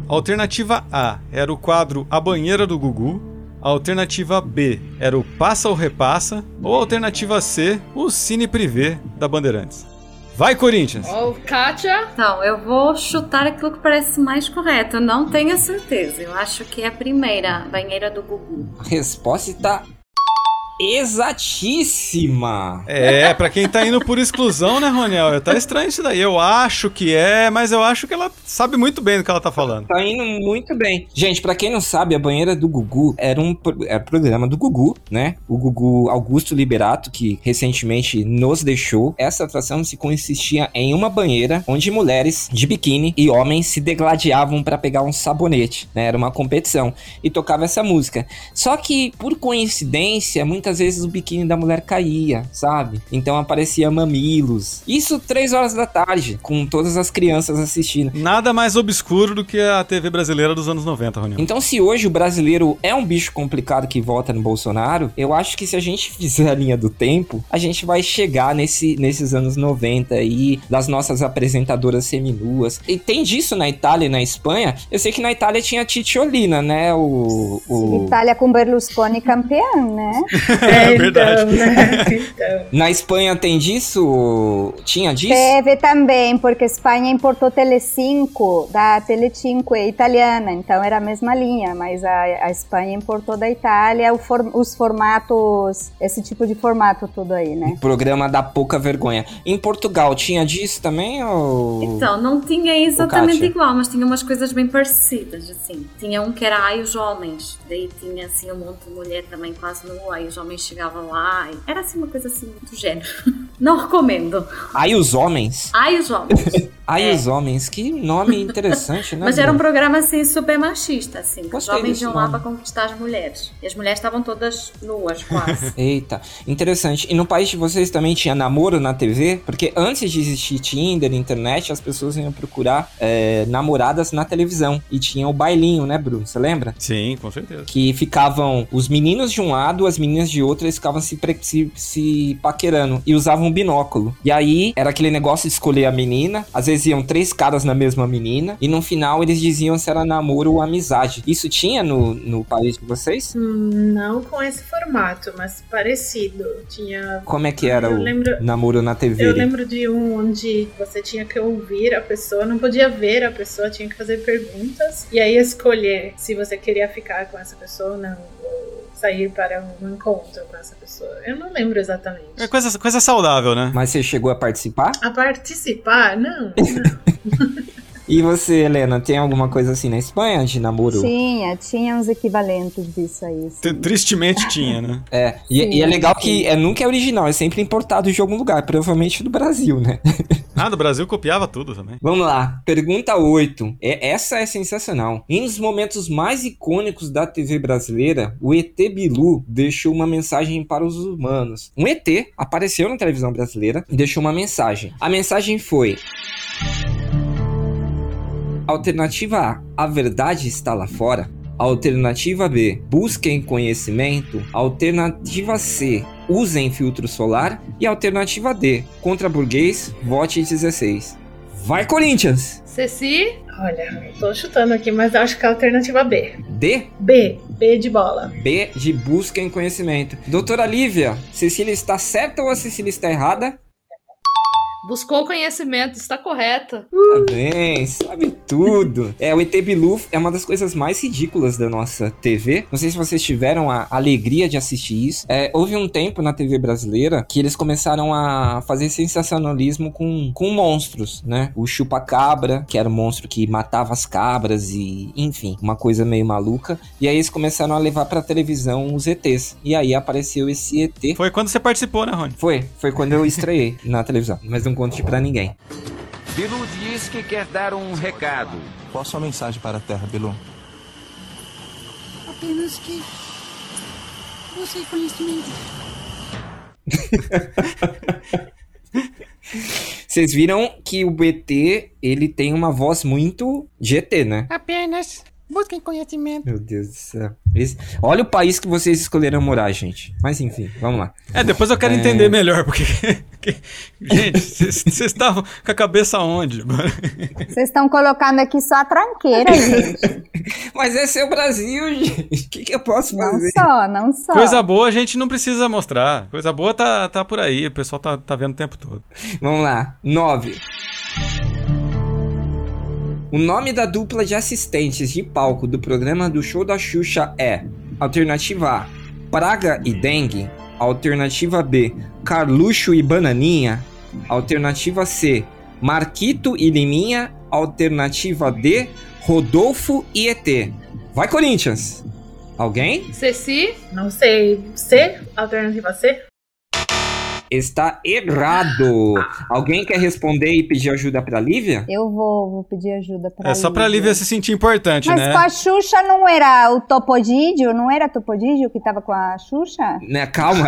Speaker 3: Alternativa A era o quadro A Banheira do Gugu. Alternativa B era o Passa ou Repassa. Ou alternativa C, o Cine Privé da Bandeirantes. Vai, Corinthians!
Speaker 5: Ó, o Kátia.
Speaker 9: Então, eu vou chutar aquilo que parece mais correto. Eu não tenho a certeza. Eu acho que é a primeira, banheira do Gugu.
Speaker 4: Resposta tá exatíssima.
Speaker 3: É, pra quem tá indo por exclusão, né, Roniel? Tá estranho isso daí. Eu acho que é, mas eu acho que ela sabe muito bem do que ela tá falando.
Speaker 4: Tá indo muito bem. Gente, pra quem não sabe, a banheira do Gugu era um pro- era programa do Gugu, né? O Gugu Augusto Liberato, que recentemente nos deixou. Essa atração se consistia em uma banheira onde mulheres de biquíni e homens se degladiavam pra pegar um sabonete, né? Era uma competição. E tocava essa música. Só que, por coincidência, muitas vezes o biquíni da mulher caía, sabe? Então aparecia mamilos. Isso três horas da tarde, com todas as crianças assistindo.
Speaker 3: Nada mais obscuro do que a TV brasileira dos anos 90, Roniel.
Speaker 4: Então, se hoje o brasileiro é um bicho complicado que vota no Bolsonaro, eu acho que se a gente <laughs> fizer a linha do tempo, a gente vai chegar nesse, nesses anos 90 aí, das nossas apresentadoras seminuas. E tem disso na Itália e na Espanha. Eu sei que na Itália tinha a Titiolina, né? O. o-
Speaker 9: tá.
Speaker 10: Itália com Berlusconi campeão,
Speaker 8: <laughs>
Speaker 10: né?
Speaker 3: <laughs> É
Speaker 8: então,
Speaker 3: verdade.
Speaker 8: né?
Speaker 3: <laughs>
Speaker 4: Na Espanha tem disso? Tinha disso?
Speaker 9: É,
Speaker 10: Teve também, porque Espanha importou Telecinco da Telecinque italiana, então era a mesma linha, mas a, a Espanha importou da Itália o for- os formatos, esse tipo de formato tudo aí, né?
Speaker 4: Programa da pouca vergonha. Em Portugal tinha disso também? Ou...
Speaker 9: Então, não tinha exatamente
Speaker 4: Kátia.
Speaker 9: igual, mas tinha umas coisas bem parecidas, assim. Tinha um que era ai os homens, daí tinha assim um monte de mulher também quase nua, aí os homens chegavam lá, e era assim uma coisa assim do género. <laughs> Não recomendo.
Speaker 4: Aí os homens.
Speaker 9: Ai os homens.
Speaker 4: Aí os homens. Que nome interessante, né?
Speaker 9: É. Mas era um
Speaker 4: Bruno?
Speaker 9: programa assim super machista, assim. que Os
Speaker 4: Gostei
Speaker 9: homens
Speaker 4: desse
Speaker 9: iam lá
Speaker 4: nome.
Speaker 9: para conquistar as mulheres. E as mulheres estavam todas
Speaker 4: <laughs>
Speaker 9: nuas, quase.
Speaker 4: Eita, interessante. E no país de vocês também tinha namoro na TV? Porque antes de existir Tinder, internet, as pessoas iam procurar é, namoradas na televisão. E tinha o bailinho, né, Bruno? Você lembra?
Speaker 3: Sim, com certeza.
Speaker 4: Que ficavam os meninos de um lado, as meninas de outro, eles ficavam se, pre- se, se paquerando e usavam um binóculo. E aí era aquele negócio de escolher a menina, às vezes iam três caras na mesma menina, e no final eles diziam se era namoro ou amizade. Isso tinha no, no país de vocês?
Speaker 8: Hum, Não com esse formato, mas parecido. Tinha.
Speaker 4: Como é que era
Speaker 8: Eu
Speaker 4: o
Speaker 8: lembro-
Speaker 4: namoro na TV?
Speaker 8: Eu lembro de um onde você tinha que ouvir a pessoa, não podia ver a pessoa, tinha que fazer perguntas e aí escolher se você queria ficar com essa pessoa ou não, ou sair para um encontro com essa pessoa. Eu não lembro exatamente.
Speaker 3: É coisa, coisa saudável, né?
Speaker 4: Mas você chegou a participar?
Speaker 8: A participar? Não.
Speaker 4: E você, Helena, tem alguma coisa assim na Espanha de namoro?
Speaker 10: <laughs> Tinha, tinha uns equivalentes disso aí.
Speaker 3: T- Tristemente tinha, né?
Speaker 4: É, e, e é legal que é, nunca é original, é sempre importado de algum lugar, provavelmente do Brasil, né?
Speaker 3: Nada, o Ah, Brasil copiava tudo também.
Speaker 4: Vamos lá, pergunta 8. É, essa é sensacional. Em um dos momentos mais icônicos da TV brasileira, o ET Bilu deixou uma mensagem para os humanos. Um ET apareceu na televisão brasileira e deixou uma mensagem. A mensagem foi: Alternativa A: A verdade está lá fora. Alternativa B: Busquem conhecimento. Alternativa C: Usem filtro solar. E alternativa D: Contra burguês, vote 16. Vai, Corinthians!
Speaker 5: Ceci.
Speaker 8: Olha, tô chutando aqui, mas acho que é a alternativa B.
Speaker 4: D?
Speaker 8: B. B de bola.
Speaker 4: B de busca em conhecimento. Doutora Lívia, Cecília está certa ou a Cecília está errada?
Speaker 5: Buscou conhecimento, está correta.
Speaker 4: Bem, sabe tudo. É, o ET Bilu é uma das coisas mais ridículas da nossa TV. Não sei se vocês tiveram a alegria de assistir isso. É, houve um tempo na TV brasileira que eles começaram a fazer sensacionalismo com, com monstros, né? O chupa-cabra, que era um monstro que matava as cabras e, enfim, uma coisa meio maluca. E aí eles começaram a levar pra televisão os ETs. E aí apareceu esse ET.
Speaker 3: Foi quando você participou, né, Rony?
Speaker 4: Foi, foi quando eu estreiei na televisão. Mas não conte pra ninguém.
Speaker 16: Bilu diz que quer dar um recado.
Speaker 17: Qual a sua mensagem para a Terra, Bilu?
Speaker 18: Apenas que. Você conhecimento.
Speaker 4: Vocês viram que o BT, ele tem uma voz muito GT, né?
Speaker 18: Apenas busquem conhecimento.
Speaker 4: Meu Deus do céu. Esse- Olha o país que vocês escolheram morar, gente. Mas enfim, vamos lá.
Speaker 3: É, depois eu quero
Speaker 4: É.
Speaker 3: entender melhor, porque. <laughs> que- gente, vocês vocês estavam com a cabeça onde?
Speaker 10: Vocês estão colocando aqui só a tranqueira, gente.
Speaker 4: Mas esse é o Brasil, <laughs> gente. O que, que eu posso
Speaker 10: Não
Speaker 4: fazer?
Speaker 10: só, não só.
Speaker 3: Coisa boa a gente não precisa mostrar. Coisa boa tá, tá por aí, o pessoal tá, tá vendo o tempo todo.
Speaker 4: Vamos lá. Nove. O nome da dupla de assistentes de palco do programa do show da Xuxa é Alternativa A, Praga e Dengue. Alternativa B, Carluxo e Bananinha. Alternativa C, Marquito e Liminha. Alternativa D, Rodolfo e ET. Vai, Corinthians! Alguém?
Speaker 5: Ceci?
Speaker 8: Não sei. C? Alternativa C?
Speaker 4: Está errado! Alguém quer responder e pedir ajuda pra Lívia?
Speaker 10: Eu vou, vou pedir ajuda pra
Speaker 3: É só pra
Speaker 10: Lívia.
Speaker 3: Lívia se sentir importante,
Speaker 10: Mas
Speaker 3: né?
Speaker 10: com a Xuxa não era o Topodídio? Não era Topodídio que tava com a Xuxa?
Speaker 4: Né, calma.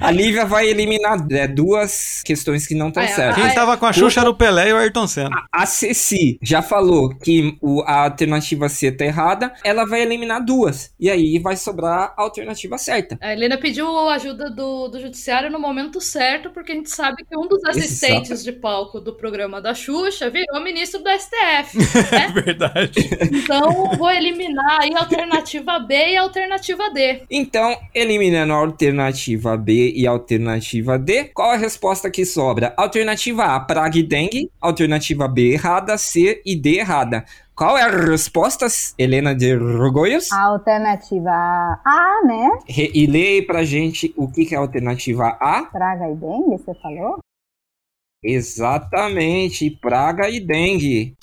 Speaker 4: a Lívia vai eliminar né, duas questões que não estão certas.
Speaker 3: Quem tava com a Xuxa era o Pelé e o Ayrton
Speaker 4: <laughs>
Speaker 3: Senna.
Speaker 4: A Ceci já falou que o- a alternativa C tá errada, ela vai eliminar duas. E aí vai sobrar a alternativa certa.
Speaker 5: A Helena pediu a ajuda do, do judiciário no momento certo, porque a gente sabe que um dos
Speaker 4: Esse
Speaker 5: assistentes de palco do programa da Xuxa virou ministro do STF.
Speaker 3: É verdade.
Speaker 5: Então, vou eliminar aí a alternativa B e a alternativa D.
Speaker 4: Então, eliminando a alternativa B e a alternativa D, qual a resposta que sobra? Alternativa A, praga e dengue. Alternativa B, errada. C e D, errada. Qual é a resposta, Helena de Rogoyos?
Speaker 10: A alternativa A, né?
Speaker 4: Re- E leia aí pra gente o que, que é a alternativa A.
Speaker 10: Praga e dengue, você falou?
Speaker 4: Exatamente, praga e dengue.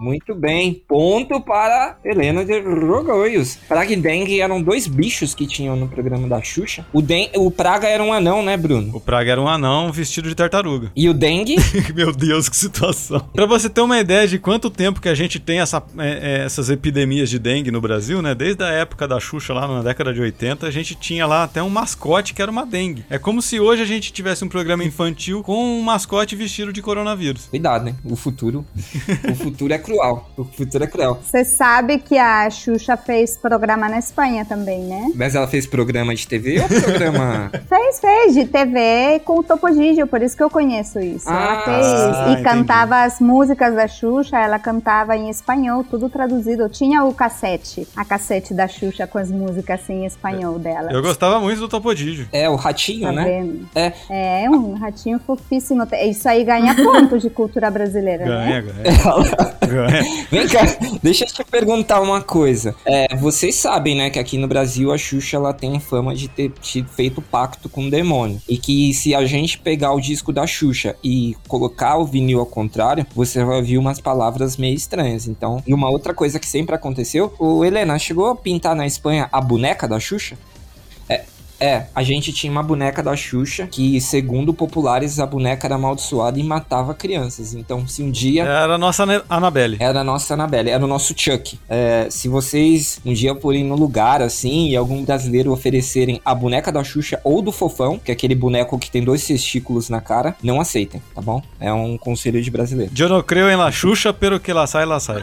Speaker 4: Muito bem, ponto para Helena de Rogoios. Praga e dengue eram dois bichos que tinham no programa da Xuxa. O, den o praga era um anão, né, Bruno?
Speaker 3: O Praga era um anão vestido de tartaruga.
Speaker 4: E o dengue? <laughs>
Speaker 3: <laughs> Meu Deus, que situação. Pra você ter uma ideia de quanto tempo que a gente tem essa- é, é, essas epidemias de dengue no Brasil, né? Desde a época da Xuxa, lá na década de 80, a gente tinha lá até um mascote que era uma dengue. É como se hoje a gente tivesse um programa infantil com um mascote vestido de coronavírus.
Speaker 4: Cuidado, né? O futuro. o futuro é cruel. O futuro é cruel.
Speaker 10: Você sabe que a Xuxa fez programa na Espanha também, né?
Speaker 4: Mas ela fez programa de TV ou
Speaker 10: <laughs>
Speaker 4: programa.
Speaker 10: Fez, fez, de TV com o Topodídio, por isso que eu conheço isso.
Speaker 4: Ah,
Speaker 10: ela fez. e
Speaker 4: entendi.
Speaker 10: cantava as músicas da Xuxa, ela cantava em espanhol, tudo traduzido. Eu tinha o cassete, a cassete da Xuxa com as músicas assim, em espanhol dela.
Speaker 3: Eu gostava muito do Topodígio.
Speaker 4: É, o ratinho,
Speaker 10: Tá
Speaker 4: né?
Speaker 10: vendo?
Speaker 4: É.
Speaker 10: É, um ratinho fofíssimo. Isso aí ganha ponto de cultura
Speaker 8: É.
Speaker 10: brasileira, né?
Speaker 3: Ganha, ganha. ganha.
Speaker 4: Vem cá, <laughs> deixa eu te perguntar uma coisa. É, vocês sabem, né, que aqui no Brasil a Xuxa ela tem fama de ter tido- feito pacto com o demônio. E que se a gente pegar o disco da Xuxa e colocar o vinil ao contrário, você vai ouvir umas palavras meio estranhas. Então, e uma outra coisa que sempre aconteceu, o Helena chegou a pintar na Espanha a boneca da Xuxa? É, É, a gente tinha uma boneca da Xuxa que, segundo populares, a boneca era amaldiçoada e matava crianças. Então, se um dia
Speaker 3: Era a nossa Ana- Anabelle.
Speaker 4: era a É nossa Annabelle, era o nosso Chuck. É, se vocês um dia forem no lugar assim e algum brasileiro oferecerem a boneca da Xuxa ou do Fofão, que é aquele boneco que tem dois testículos na cara, não aceitem, tá bom? É um conselho de brasileiro.
Speaker 3: Eu não creio em la Xuxa, pero que la sai, la sai.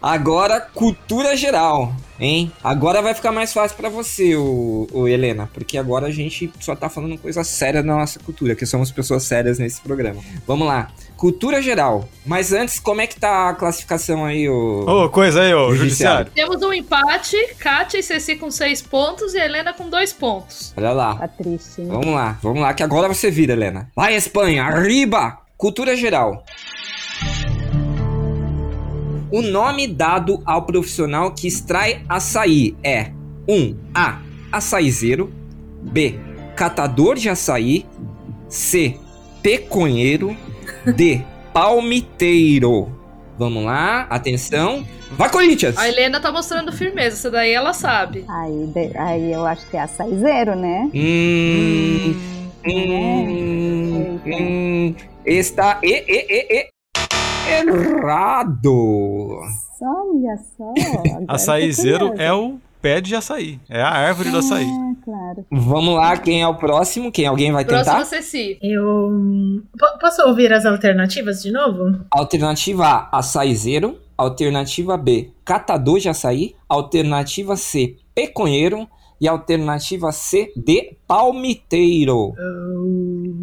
Speaker 4: Agora, cultura geral. Hein? Agora vai ficar mais fácil pra você, o, Helena, porque agora a gente só tá falando coisa séria da nossa cultura, que somos pessoas sérias nesse programa. Vamos lá. Cultura geral. Mas antes, como é que tá a classificação aí, o.
Speaker 3: Ô, coisa aí, ô, judiciário.
Speaker 5: Temos um empate, Kátia e Ceci com seis pontos e Helena com dois pontos.
Speaker 4: Olha lá.
Speaker 10: Tá triste, né?
Speaker 4: Vamos lá, vamos lá, que agora você vira, Helena. Vai, Espanha, arriba! Cultura geral. O nome dado ao profissional que extrai açaí é 1. Um, a. Açaizeiro. B. Catador de açaí. C. Peconheiro. D. Palmiteiro. Vamos lá, atenção. Vai, Corinthians!
Speaker 5: A Helena tá mostrando firmeza, essa daí ela
Speaker 9: Ah,
Speaker 5: sabe.
Speaker 10: Aí, de- aí eu acho que é açaizeiro, né?
Speaker 4: Hum, hum, hum, está e, e, e, e- errado.
Speaker 10: Olha só. agora eu
Speaker 3: Açaizeiro
Speaker 10: fiquei
Speaker 3: é o pé de açaí. É a árvore do açaí.
Speaker 10: curiosa. Claro.
Speaker 4: Vamos lá, quem é o próximo? Quem alguém vai tentar?
Speaker 5: Próxima, Ceci.
Speaker 8: Eu. hum, po- Posso ouvir as alternativas de novo?
Speaker 4: Alternativa A, açaizeiro. Alternativa B, catador de açaí. Alternativa C, peconheiro. E alternativa C, D, palmiteiro.
Speaker 8: Eu-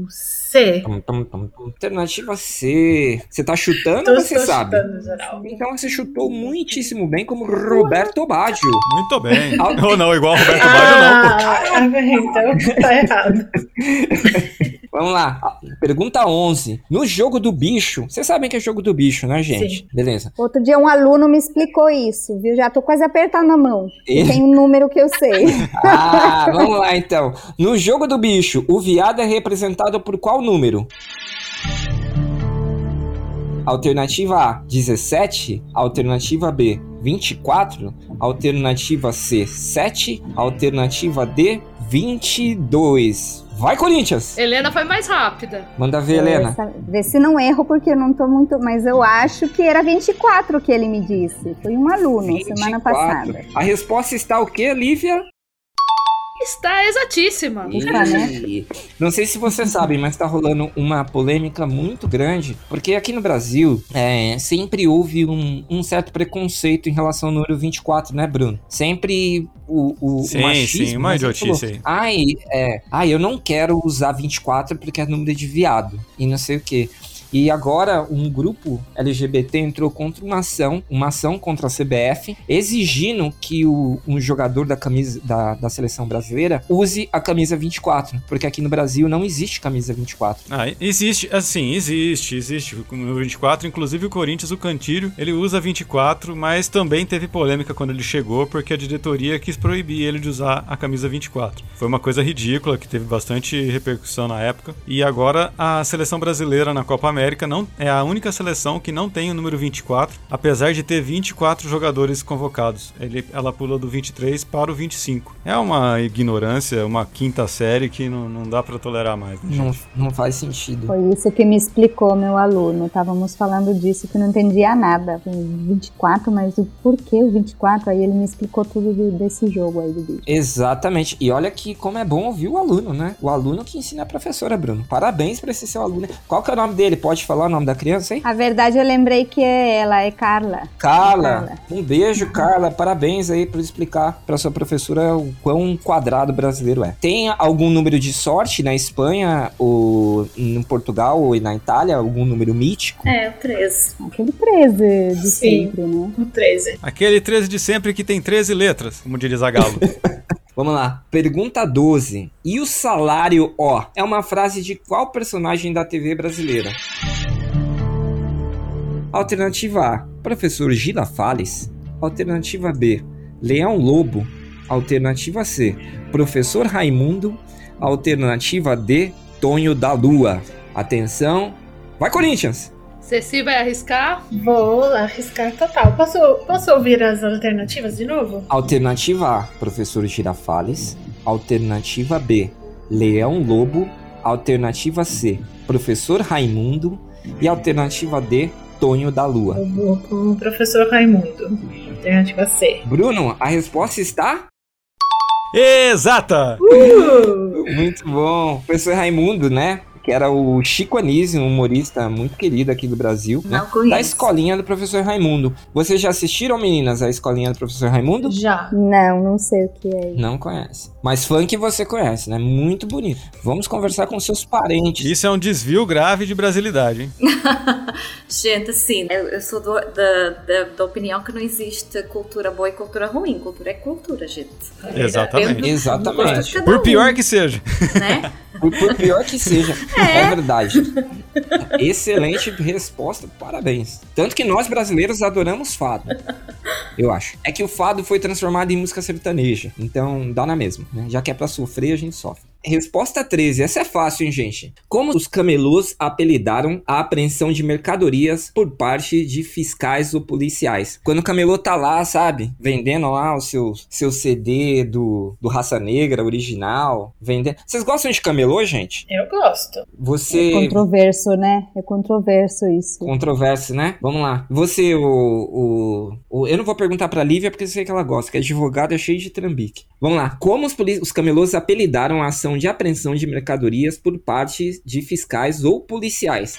Speaker 8: C.
Speaker 4: Tum, tum, tum, tum. Alternativa C. Você tá chutando ou você
Speaker 8: estou
Speaker 4: sabe?
Speaker 8: chutando, geral.
Speaker 4: Então você chutou muitíssimo bem como Roberto Baggio.
Speaker 3: Muito bem.
Speaker 4: Al-
Speaker 3: Ou não, igual o Roberto Baggio, não. pô.
Speaker 8: Ah, ah, bem, então tá errado.
Speaker 4: Vamos lá. A- Pergunta 11. No jogo do bicho, vocês sabem que é jogo do bicho, né, gente?
Speaker 10: Sim.
Speaker 4: Beleza.
Speaker 10: Outro dia um aluno me explicou isso, viu? Já tô quase apertando a mão.
Speaker 4: E?
Speaker 10: Tem um número que eu sei.
Speaker 4: <laughs> Ah, vamos lá então. No jogo do bicho, o viado é representado por qual número? Alternativa A, 17. Alternativa B, 24. Alternativa C, 7. Alternativa D, 22. Vai, Corinthians!
Speaker 5: Helena foi mais rápida.
Speaker 4: Manda ver, Helena.
Speaker 10: É, Essa- Vê se não erro, porque eu não tô muito. Mas eu acho que era 24 que ele me disse. Foi um aluno, semana
Speaker 4: 24.
Speaker 10: passada.
Speaker 4: A resposta está o quê, Lívia?
Speaker 5: Está exatíssima.
Speaker 4: Uhum.
Speaker 10: Ufa, né?
Speaker 4: E Não sei se vocês sabem, mas tá rolando uma polêmica muito grande, porque aqui no Brasil é, sempre houve um, um certo preconceito em relação ao número 24, né, Bruno? Sempre o, o, o
Speaker 3: Sim,
Speaker 4: machismo...
Speaker 3: sim, uma
Speaker 4: né,
Speaker 3: idiotice
Speaker 4: sempre
Speaker 3: aí.
Speaker 4: Ai, é, ai, eu não quero usar 24 porque é número de viado e não sei o quê. E agora um grupo LGBT entrou contra uma ação, uma ação contra a CBF, exigindo que o, um jogador da camisa da, da seleção brasileira use a camisa 24, porque aqui no Brasil não existe camisa 24.
Speaker 3: Ah, existe, assim, existe, existe. O número 24, inclusive o Corinthians, o Cantilho, ele usa 24, mas também teve polêmica quando ele chegou, porque a diretoria quis proibir ele de usar a camisa 24. Foi uma coisa ridícula, que teve bastante repercussão na época. E agora a seleção brasileira na Copa América não é a única seleção que não tem o número 24, apesar de ter 24 jogadores convocados. Ele, ela pula do 23 para o 25. É uma ignorância, uma quinta série que não, não dá pra tolerar mais. né,
Speaker 4: Não, não faz sentido.
Speaker 10: Foi isso que me explicou meu aluno. Estávamos falando disso que eu não entendia nada. Falei, 24, mas o porquê o 24? Aí ele me explicou tudo do- desse jogo aí do bicho.
Speaker 4: Exatamente. E olha que como é bom ouvir o aluno, né? O aluno que ensina a professora, Bruno. Parabéns pra esse seu aluno. Qual que é o nome dele? Pode falar o nome da criança, hein?
Speaker 10: A verdade eu lembrei que é ela, é Carla.
Speaker 4: Carla, um beijo, Carla. Parabéns aí por explicar pra sua professora o quão quadrado brasileiro é. Tem algum número de sorte na Espanha, ou em Portugal, ou na Itália? Algum número mítico?
Speaker 9: É, o 13.
Speaker 10: Aquele 13 É de
Speaker 8: Sim.
Speaker 10: sempre, né?
Speaker 8: O 13.
Speaker 3: Aquele 13 de sempre que tem 13 letras, como diria
Speaker 4: <laughs>
Speaker 3: Zagalo.
Speaker 4: Vamos lá. Pergunta 12. E o salário, ó? É uma frase de qual personagem da TV brasileira? Alternativa A: Professor Girafales. Alternativa B: Leão Lobo. Alternativa C: Professor Raimundo. Alternativa D: Tonho da Lua. Atenção. Vai, Corinthians!
Speaker 5: Ceci vai arriscar.
Speaker 8: Vou arriscar total. Posso, posso ouvir as alternativas de novo?
Speaker 4: Alternativa A, professor Girafales. Alternativa B, Leão Lobo. Alternativa C, professor Raimundo. E alternativa D, Tonho da Lua.
Speaker 8: Eu vou com o professor Raimundo. Alternativa C.
Speaker 4: Bruno, a resposta está?
Speaker 3: Exata!
Speaker 8: Uh!
Speaker 10: Uh!
Speaker 4: Muito bom. Professor Raimundo, né? que era o Chico Anísio, um humorista muito querido aqui do Brasil, né?
Speaker 9: Não conheço.
Speaker 4: da escolinha do professor Raimundo. Vocês já assistiram, meninas, a escolinha do professor Raimundo?
Speaker 8: Já.
Speaker 10: Não, não sei o que é isso.
Speaker 4: Não conhece. Mas funk você conhece, né? Muito bonito. Vamos conversar com seus parentes.
Speaker 3: Isso é um desvio grave de brasilidade, hein?
Speaker 9: Gente, assim, eu, eu sou do- da, da, da opinião que não existe cultura boa e cultura ruim. Cultura é cultura, gente.
Speaker 3: Exatamente.
Speaker 4: Exatamente.
Speaker 3: Por
Speaker 9: um,
Speaker 10: um.
Speaker 3: pior que seja.
Speaker 9: né?
Speaker 4: Por, por pior que seja. É. verdade. Excelente resposta, parabéns. Tanto que nós brasileiros adoramos fado. Eu acho. É que o fado foi transformado em música sertaneja. Então dá na mesma, né? Já que é pra sofrer, a gente sofre. Resposta 13. Essa é fácil, hein, gente? Como os camelôs apelidaram a apreensão de mercadorias por parte de fiscais ou policiais? Quando o camelô tá lá, sabe? Vendendo lá o seu, seu CD do, do Raça Negra original. Vendendo. Vocês gostam de camelô, gente?
Speaker 8: Eu gosto.
Speaker 4: Você.
Speaker 10: Controverso, né? É controverso isso.
Speaker 4: Controverso, né? Vamos lá. Você, o, o, o- Eu não vou perguntar pra Lívia porque eu sei que ela gosta, que é advogada cheia de trambique. Vamos lá. Como os, poli- os camelôs apelidaram a ação de apreensão de mercadorias por parte de fiscais ou policiais?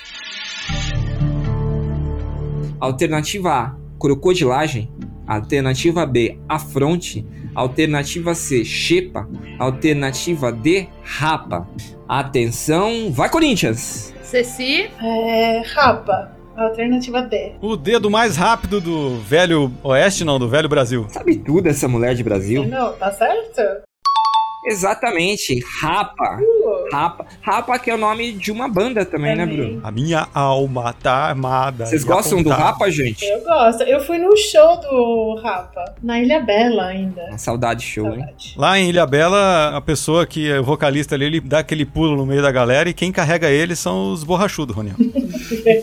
Speaker 4: Alternativa A: crocodilagem. Alternativa B: afronte. Alternativa C: xepa. Alternativa D: rapa. Atenção, vai Corinthians!
Speaker 5: Ceci?
Speaker 8: É. Rapa. Alternativa D.
Speaker 3: O dedo mais rápido do velho oeste, não, do velho Brasil.
Speaker 4: Sabe tudo essa mulher de Brasil?
Speaker 8: Não, tá certo?
Speaker 4: Exatamente, Rapa.
Speaker 8: Uh,
Speaker 4: Rapa. Rapa que é o nome de uma banda também, né, Bruno?
Speaker 3: A minha alma tá armada.
Speaker 4: Vocês
Speaker 3: e
Speaker 4: gostam do
Speaker 3: apontada.
Speaker 4: Rapa, gente?
Speaker 10: É.
Speaker 8: Eu gosto. Eu fui no show do Rapa. Na Ilha Bela ainda.
Speaker 4: Saudade show, hein?
Speaker 3: Lá em Ilhabela, a pessoa que é o vocalista ali, ele dá aquele pulo no meio da galera e quem carrega ele são os borrachudos, Roniel.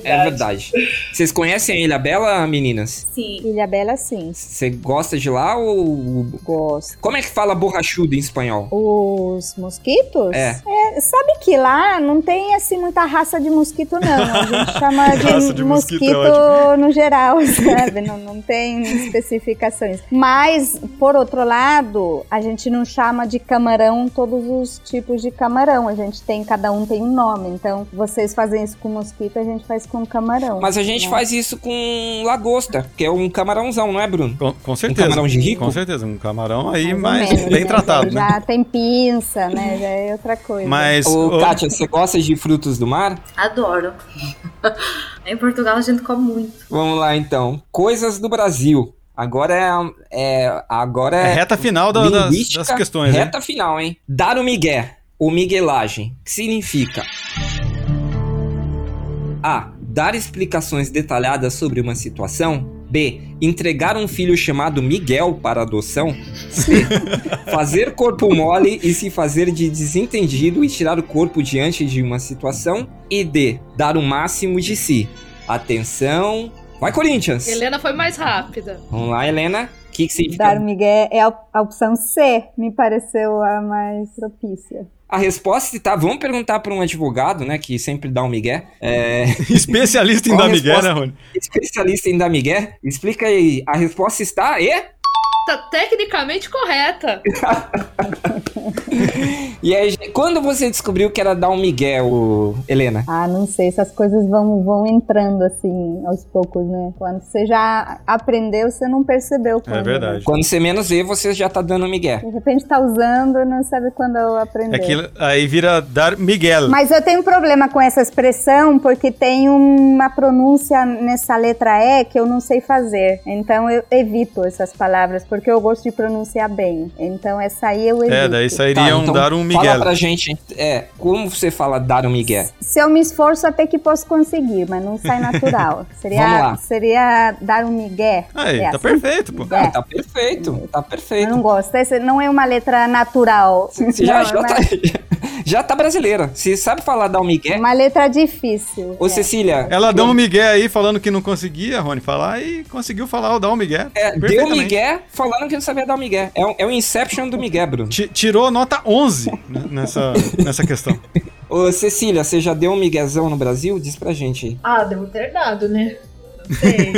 Speaker 4: É verdade. Vocês conhecem a Ilha Bela, meninas?
Speaker 9: Sim.
Speaker 10: Ilha Bela, sim.
Speaker 4: Você gosta de lá ou.
Speaker 10: Gosto.
Speaker 4: Como é que fala borrachudo em espanhol?
Speaker 10: Os mosquitos?
Speaker 4: É.
Speaker 10: sabe que lá não tem assim muita raça de mosquito, não. A
Speaker 3: <laughs>
Speaker 10: gente chama
Speaker 4: Raça
Speaker 10: de,
Speaker 4: de mosquito
Speaker 10: mosquito,
Speaker 4: é ótimo.
Speaker 10: no geral, sabe? Não, não tem especificações. Mas, por outro lado, a gente não chama de camarão todos os tipos de camarão. A gente tem, cada um tem um nome. Então, vocês fazem isso com mosquito, a gente faz com camarão.
Speaker 4: Mas a gente
Speaker 10: né?
Speaker 4: faz isso com lagosta, que é um camarãozão, não é, Bruno?
Speaker 3: Com, certeza.
Speaker 4: Um camarão de rico?
Speaker 3: Com certeza, um camarão aí,
Speaker 10: Mais
Speaker 3: mas
Speaker 10: ou menos,
Speaker 3: bem
Speaker 10: né?
Speaker 3: tratado, né?
Speaker 10: Já tem pinça, né? Já é outra coisa.
Speaker 4: Ô, Kátia, você gosta de frutos do mar?
Speaker 9: Adoro. <laughs> em Portugal a gente come muito.
Speaker 4: Vamos lá, então. Coisas do Brasil. Agora é. é- agora é.
Speaker 3: É reta final da- das-
Speaker 4: linguística,
Speaker 3: das questões,
Speaker 4: Reta final, hein? Dar o migué. Ou miguelagem. Que significa? A. Dar explicações detalhadas sobre uma situação. B. Entregar um filho chamado Miguel para adoção.
Speaker 3: <laughs>
Speaker 4: C. Fazer corpo mole e se fazer de desentendido e tirar o corpo diante de uma situação. E D. Dar o máximo de si. Atenção. Vai, Corinthians!
Speaker 5: Helena foi mais rápida.
Speaker 4: Vamos lá, Helena. O que, que significa?
Speaker 10: Dar o migué é a op- a opção C, me pareceu a mais propícia.
Speaker 4: A resposta tá. Vamos perguntar para um advogado, né? Que sempre dá um migué. É...
Speaker 3: <laughs>
Speaker 4: <laughs>
Speaker 3: Especialista em
Speaker 4: Qual a
Speaker 3: dar migué,
Speaker 4: resposta-
Speaker 3: né, Rony?
Speaker 4: Especialista em dar migué? Explica aí. A resposta está. E?
Speaker 5: Tá tecnicamente correta.
Speaker 4: E aí, gente, quando você descobriu que era dar um migué, o... Helena?
Speaker 10: Ah, não sei, essas coisas vão, vão entrando assim, aos poucos, né? Quando você já aprendeu, você não
Speaker 3: É
Speaker 10: percebeu. Quando,
Speaker 4: Quando você menos vê, você já tá dando migué.
Speaker 10: né? De repente tá usando, não sabe quando aprendeu.
Speaker 3: É que aí vira dar miguel.
Speaker 10: Mas eu tenho um problema com essa expressão, porque tem uma pronúncia nessa letra E que eu não sei fazer. Então eu evito essas palavras, porque eu gosto de pronunciar bem. Então essa aí eu evito.
Speaker 3: É, daí sairia um dar um migué.
Speaker 4: Tá, então Fala pra gente, é, como você fala dar um migué?
Speaker 10: Se eu me esforço, até que posso conseguir, mas não sai natural.
Speaker 4: Vamos
Speaker 10: seria,
Speaker 4: lá.
Speaker 10: seria dar um migué.
Speaker 3: Aí,
Speaker 10: É
Speaker 3: tá
Speaker 10: assim.
Speaker 3: perfeito, pô.
Speaker 4: Ah, tá perfeito, tá
Speaker 10: Eu
Speaker 4: perfeito.
Speaker 10: não gosto. Essa não é uma letra natural.
Speaker 4: Você já,
Speaker 10: Não,
Speaker 4: já,
Speaker 10: é uma,
Speaker 4: tá, <laughs> já tá brasileira. Você sabe falar dar um migué?
Speaker 10: É uma letra difícil.
Speaker 4: Ô, Cecília.
Speaker 3: Ela deu um migué aí falando que não conseguia, Rony, falar e conseguiu falar o dar um migué.
Speaker 4: É, deu
Speaker 3: perfeitamente.
Speaker 4: migué falando que não sabia dar um migué. É, um- é o Inception do migué, Bruno.
Speaker 3: Ti- Tirou nota 11 né, nessa, nessa questão.
Speaker 4: Ô, Cecília, você já deu um miguezão no Brasil? Diz pra gente aí.
Speaker 8: Ah, devo ter dado, né? não sei.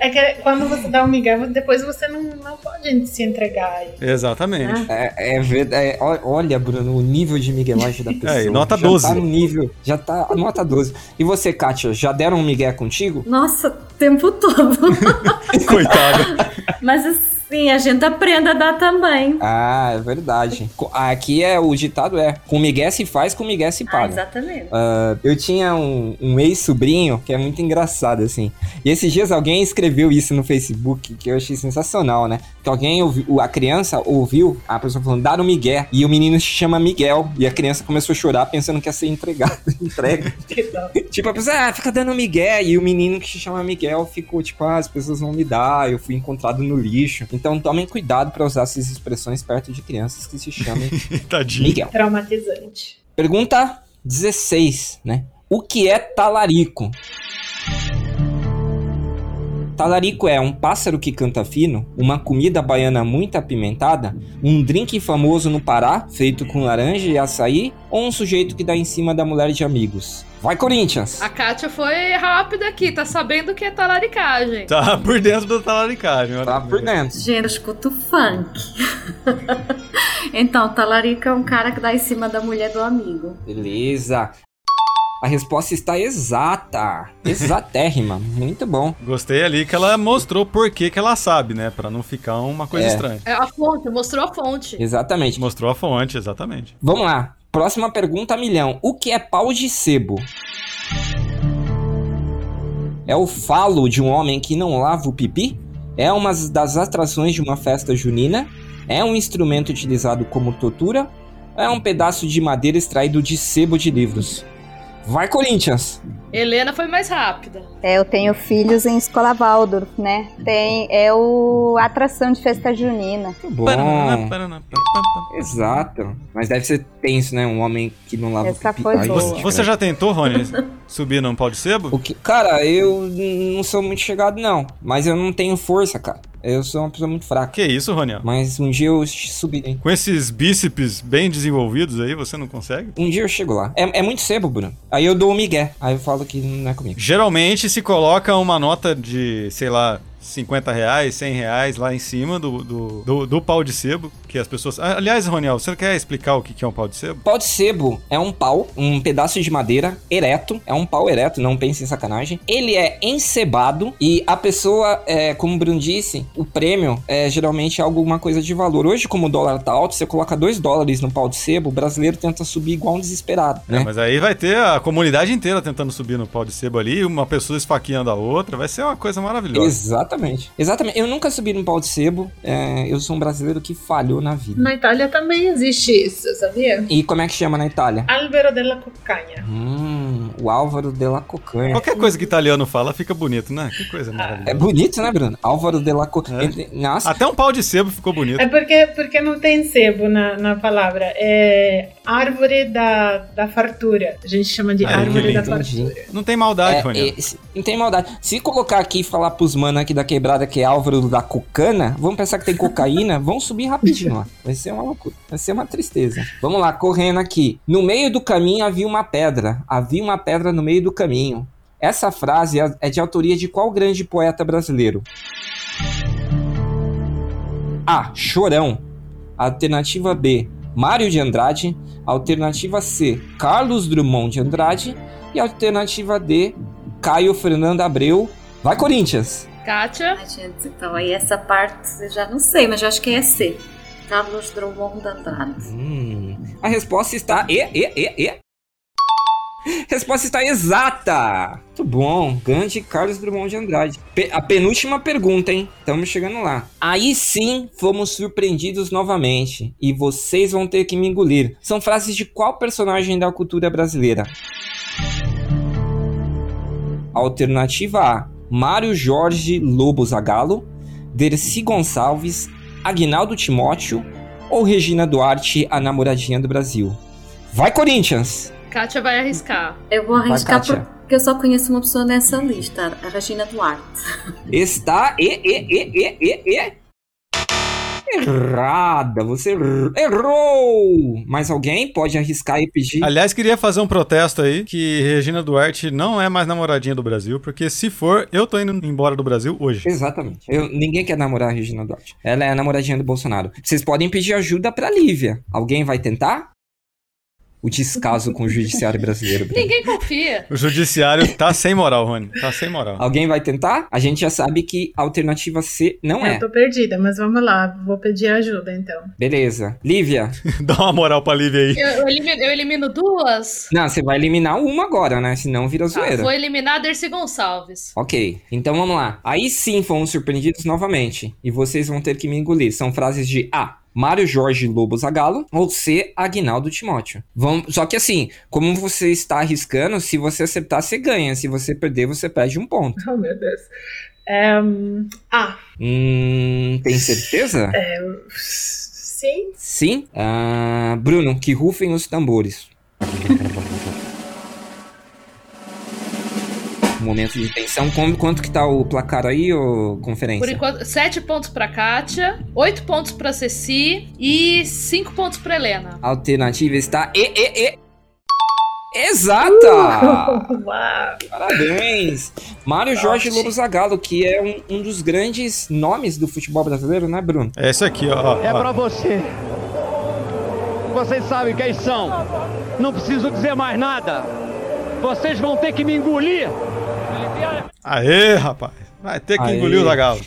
Speaker 8: é que quando você dá um migué, depois você não, não pode se entregar.
Speaker 3: Exatamente.
Speaker 4: É, é verdade. é, ó- olha, Bruno, o nível de miguelagem da
Speaker 3: <laughs>
Speaker 4: pessoa.
Speaker 3: É, e nota
Speaker 4: já
Speaker 3: 12.
Speaker 4: Tá no nível, já tá nota 12. E você, Kátia, já deram um migué contigo?
Speaker 9: Nossa, o tempo todo.
Speaker 4: Ah.
Speaker 3: <laughs> Coitada.
Speaker 9: Mas assim, a gente aprende a dar também.
Speaker 4: Ah, é verdade. Co- Aqui é o ditado é, com migué se faz, com migué se
Speaker 9: Ah,
Speaker 4: paga.
Speaker 9: exatamente.
Speaker 4: Ah, eu tinha um, um ex-sobrinho que é muito engraçado, assim. E esses dias alguém escreveu isso no Facebook, que eu achei sensacional, né? Que alguém ouviu, o- a criança ouviu a pessoa falando, dar um migué, e o menino se chama Miguel, e a criança começou a chorar pensando que ia ser entregado, <laughs> entrega. tipo, a pessoa, ah, fica dando migué, e o menino que se chama Miguel ficou, tipo, ah, as pessoas vão me dar, eu fui encontrado no lixo. Então tomem cuidado pra usar essas expressões perto de crianças que se chamem Miguel.
Speaker 8: Traumatizante.
Speaker 4: Pergunta 16, né? O que é talarico? Talarico é um pássaro que canta fino, uma comida baiana muito apimentada, um drink famoso no Pará, feito com laranja e açaí, ou um sujeito que dá em cima da mulher de amigos. Vai, Corinthians!
Speaker 5: A Kátia foi rápida aqui, tá sabendo o que é talaricagem.
Speaker 3: Tá por dentro da talaricagem. Tá por
Speaker 4: dentro.
Speaker 9: Gente, eu escuto funk. <laughs> então, talarica é um cara que dá em cima da mulher do amigo.
Speaker 4: Beleza. A resposta está exata. Exatérrima. Muito bom.
Speaker 3: Gostei ali que ela mostrou por que que ela sabe, né? Pra não ficar uma coisa
Speaker 4: É.
Speaker 3: estranha.
Speaker 5: É a fonte, mostrou a fonte.
Speaker 4: Exatamente.
Speaker 3: Mostrou a fonte, exatamente.
Speaker 4: Vamos lá. Próxima pergunta, milhão. O que é pau de sebo? É o falo de um homem que não lava o pipi? É uma das atrações de uma festa junina? É um instrumento utilizado como tortura? É um pedaço de madeira extraído de sebo de livros? Vai, Corinthians!
Speaker 5: Helena foi mais rápida.
Speaker 10: É, eu tenho filhos em escola Waldorf, né? Tem, é o a atração de festa
Speaker 3: Tá
Speaker 10: junina.
Speaker 4: Bom. Exato. Mas deve ser tenso, né? Um homem que não lava
Speaker 10: Essa
Speaker 4: o pipi.
Speaker 10: foi
Speaker 4: Ai,
Speaker 10: boa.
Speaker 4: gente,
Speaker 3: Você
Speaker 4: cara.
Speaker 3: já tentou, Rony, subir num pau de sebo?
Speaker 4: O que? Cara, eu n- não sou muito chegado, não. Mas eu não tenho força, cara. Eu sou uma pessoa muito fraca.
Speaker 3: Que isso, Rony?
Speaker 4: Mas um dia eu subirei.
Speaker 3: Com esses bíceps bem desenvolvidos aí, você não consegue?
Speaker 4: Um dia eu chego lá. É, é muito sebo, Bruno. Aí eu dou o migué. Aí eu falo que não é comigo.
Speaker 3: Geralmente se coloca uma nota de, sei lá, 50 reais, 100 reais lá em cima do, do, do, do pau de sebo, que as pessoas... Ah, Aliás, Roniel, você quer explicar o que que é um pau de sebo?
Speaker 4: Pau de sebo é um pau, um pedaço de madeira ereto. É um pau ereto, não pense em sacanagem. Ele é encebado e a pessoa, é, como o Bruno disse, o prêmio é geralmente alguma coisa de valor. Hoje, como o dólar tá alto, você coloca 2 dólares no pau de sebo, o brasileiro tenta subir igual um desesperado.
Speaker 3: É, mas aí vai ter a comunidade inteira tentando subir no pau de sebo ali, uma pessoa esfaqueando a outra, vai ser uma coisa maravilhosa.
Speaker 4: Exatamente. Exatamente. Eu nunca subi num pau de sebo. é, eu sou um brasileiro que falhou na vida.
Speaker 8: Na Itália também existe isso, sabia?
Speaker 4: E como é que chama na Itália?
Speaker 8: Albero della Cucagna.
Speaker 4: Hum, o Álvaro della Cocanha.
Speaker 3: Qualquer coisa que italiano fala fica bonito, né? Que coisa maravilhosa.
Speaker 4: É bonito, né, Bruno? Álvaro della Cocanha. Nossa.
Speaker 3: Até um pau de sebo ficou bonito.
Speaker 8: É porque, porque não tem sebo na, na palavra. É árvore da, da fartura. A gente chama de
Speaker 3: Aí,
Speaker 8: árvore da fartura.
Speaker 4: Ah, Entendi.
Speaker 3: Não tem maldade,
Speaker 4: É,
Speaker 3: Roniel.
Speaker 4: é, se- não tem maldade. Se colocar aqui e falar pros mano aqui da quebrada que é Álvaro da Cocana, vamos pensar que tem cocaína, vão subir rapidinho lá. Vai ser uma loucura. Vai ser uma tristeza. Vamos lá, correndo aqui. No meio do caminho havia uma pedra. Havia uma pedra no meio do caminho. Essa frase é- é de autoria de qual grande poeta brasileiro? A. Chorão. Alternativa B. Mário de Andrade. Alternativa C. Carlos Drummond de Andrade. E alternativa D. Caio Fernando Abreu. Vai, Corinthians!
Speaker 5: Kátia?
Speaker 9: Ai, gente, então aí essa parte eu já não sei, mas eu acho que é C. Carlos Drummond de Andrade.
Speaker 4: Hum, a resposta está. E, e, e, e. Resposta está exata! Muito bom, grande Carlos Drummond de Andrade. Pe- a penúltima pergunta, hein? Estamos chegando lá. Aí sim fomos surpreendidos novamente. E vocês vão ter que me engolir. São frases de qual personagem da cultura brasileira? Alternativa A: Mário Jorge Lobo Zagalo, Dercy Gonçalves, Agnaldo Timóteo ou Regina Duarte, a namoradinha do Brasil? Vai, Corinthians!
Speaker 5: Kátia vai arriscar.
Speaker 9: Eu vou
Speaker 4: Vai,
Speaker 9: arriscar
Speaker 4: Kátia.
Speaker 9: porque eu só conheço uma pessoa nessa lista, a Regina Duarte.
Speaker 4: Está e, e, e, e, e, e. errada. Você er- errou! Mas alguém pode arriscar e pedir.
Speaker 3: Aliás, queria fazer um protesto aí que Regina Duarte não é mais namoradinha do Brasil, porque se for, eu tô indo embora do Brasil hoje.
Speaker 4: Exatamente. Eu- ninguém quer namorar a Regina Duarte. Ela é a namoradinha do Bolsonaro. Vocês podem pedir ajuda pra Lívia. Alguém vai tentar? O descaso com o judiciário brasileiro. Bruno.
Speaker 5: Ninguém confia.
Speaker 3: O judiciário tá sem moral, Rony. Tá sem moral.
Speaker 4: Alguém vai tentar? A gente já sabe que a alternativa C não é.
Speaker 8: Eu tô perdida, mas vamos lá. Vou pedir ajuda então.
Speaker 4: Beleza. Lívia.
Speaker 3: <laughs> Dá uma moral pra Lívia aí.
Speaker 5: Eu, eu elimino, eu elimino duas.
Speaker 4: Não, você vai eliminar uma agora, né? Senão vira
Speaker 5: Tá,
Speaker 4: zoeira.
Speaker 5: vou eliminar a Dercy Gonçalves.
Speaker 4: Ok, então vamos lá. Aí sim fomos surpreendidos novamente. E vocês vão ter que me engolir. São frases de A. Mário Jorge Lobo Zagalo ou C. Agnaldo Timóteo. Vamos... Só que assim, como você está arriscando, se você acertar, você ganha. Se você perder, você perde um ponto.
Speaker 8: <laughs> Oh, meu Deus. É, hum, ah,
Speaker 4: Hum, tem certeza?
Speaker 8: é, sim.
Speaker 4: Sim? Ah, Bruno, que rufem os tambores. <laughs> Momento de tensão. Como- Quanto que tá o placar aí, ô
Speaker 5: Por
Speaker 4: conferência?
Speaker 5: enquanto, sete pontos pra Kátia, oito pontos pra Ceci e cinco pontos pra Helena.
Speaker 4: A Alternativa está e, e, e.
Speaker 5: Uh! <laughs>
Speaker 4: Exata!
Speaker 8: <laughs> Uau.
Speaker 4: Parabéns! Mário Jorge Lobo Zagallo, que é um, um dos grandes nomes do futebol brasileiro, né, Bruno?
Speaker 3: É isso aqui, ó. ó,
Speaker 19: É pra
Speaker 3: ó.
Speaker 19: você. Vocês sabem quem são. Não preciso dizer mais nada. Vocês vão ter que me engolir.
Speaker 3: Aê, rapaz. Vai ter que
Speaker 4: Aê.
Speaker 3: engolir o Zagalo.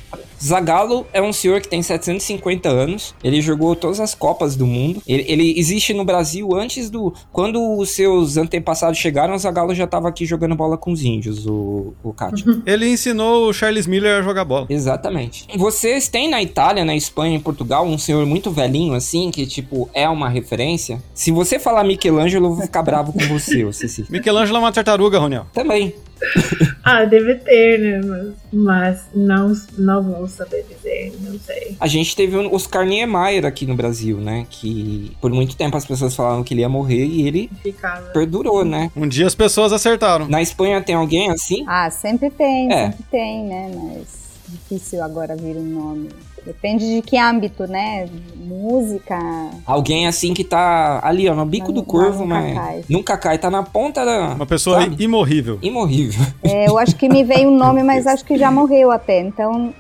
Speaker 4: Zagallo é um senhor que tem 750 anos. Ele jogou todas as Copas do Mundo. Ele, ele existe no Brasil antes do. Quando os seus antepassados chegaram, o Zagallo já estava aqui jogando bola com os índios, o, o Cátia.
Speaker 3: Ele ensinou o Charles Miller a jogar bola.
Speaker 4: Exatamente. Vocês têm na Itália, na Espanha e Portugal um senhor muito velhinho, assim, que, tipo, é uma referência? Se você falar Michelangelo, eu vou ficar bravo com você, ô Ceci. <laughs>
Speaker 3: Michelangelo é uma tartaruga, Roniel.
Speaker 4: Também.
Speaker 8: Ah, deve ter, né? Mas, mas não, não vou saber dizer, não sei.
Speaker 4: A gente teve o Oscar Niemeyer aqui no Brasil, né? Que por muito tempo as pessoas falavam que ele ia morrer e ele
Speaker 8: Ficava.
Speaker 4: perdurou, né?
Speaker 3: Um dia as pessoas acertaram.
Speaker 4: Na Espanha tem alguém assim?
Speaker 10: Ah, sempre tem,
Speaker 4: É.
Speaker 10: sempre tem, né? Mas difícil agora vir um nome. Depende de que âmbito, né? Música.
Speaker 4: Alguém assim que tá ali, ó, no bico do corvo, mas
Speaker 10: cai.
Speaker 4: nunca cai, tá na ponta da.
Speaker 3: Uma pessoa
Speaker 4: Tá.
Speaker 3: imorrível.
Speaker 4: Imorrível.
Speaker 10: É, eu acho que me veio um nome, mas acho que já morreu até. Então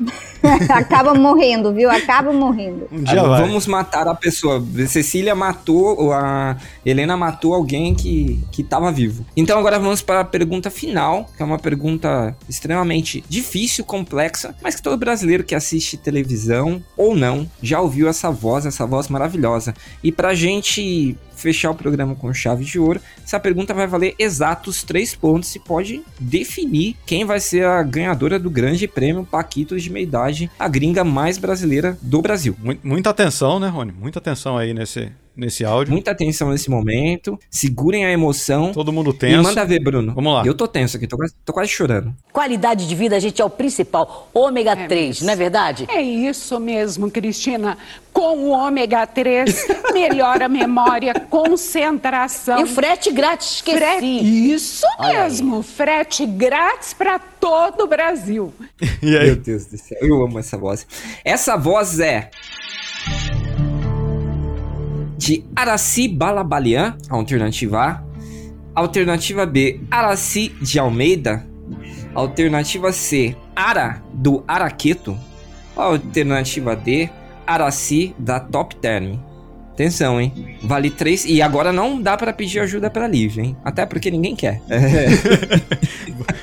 Speaker 10: acaba morrendo, viu? Acaba morrendo.
Speaker 3: Um dia vai.
Speaker 4: Vamos matar a pessoa. Cecília matou, ou a Helena matou alguém que, que tava vivo. Então agora vamos para a pergunta final, que é uma pergunta extremamente difícil, complexa, mas que todo brasileiro que assiste televisão ou não já ouviu essa voz, essa voz maravilhosa. E pra gente fechar o programa com chave de ouro, essa pergunta vai valer exatos três pontos e pode definir quem vai ser a ganhadora do grande prêmio Paquitos de Meia Idade, a gringa mais brasileira do Brasil.
Speaker 3: Mu- Muita atenção, né, Rony? Muita atenção aí nesse, nesse áudio.
Speaker 4: Muita atenção nesse momento. Segurem a emoção.
Speaker 3: Todo mundo
Speaker 4: Me
Speaker 3: tenso.
Speaker 4: manda ver, Bruno.
Speaker 3: Vamos lá.
Speaker 4: Eu tô tenso aqui, tô quase, tô quase chorando.
Speaker 20: Qualidade de vida, gente, é o principal. Ômega
Speaker 18: É,
Speaker 20: 3, não é verdade?
Speaker 18: É isso mesmo, Cristina. Com o ômega
Speaker 20: <laughs>
Speaker 18: 3, melhora a memória, concentração.
Speaker 20: E o frete grátis, esqueci.
Speaker 18: Frete- Isso
Speaker 20: Olha aí.
Speaker 18: mesmo, frete grátis para todo o Brasil.
Speaker 3: <laughs> E aí?
Speaker 4: Meu Deus do céu, eu amo essa voz. Essa voz é. De Araci Balabalian, alternativa A. Alternativa B, Araci de Almeida. Alternativa C, Ara do Araqueto. Alternativa D, Araci da Top Term. Atenção, hein? Vale três E agora não dá pra pedir ajuda pra Lívia, hein? Até porque ninguém quer. É.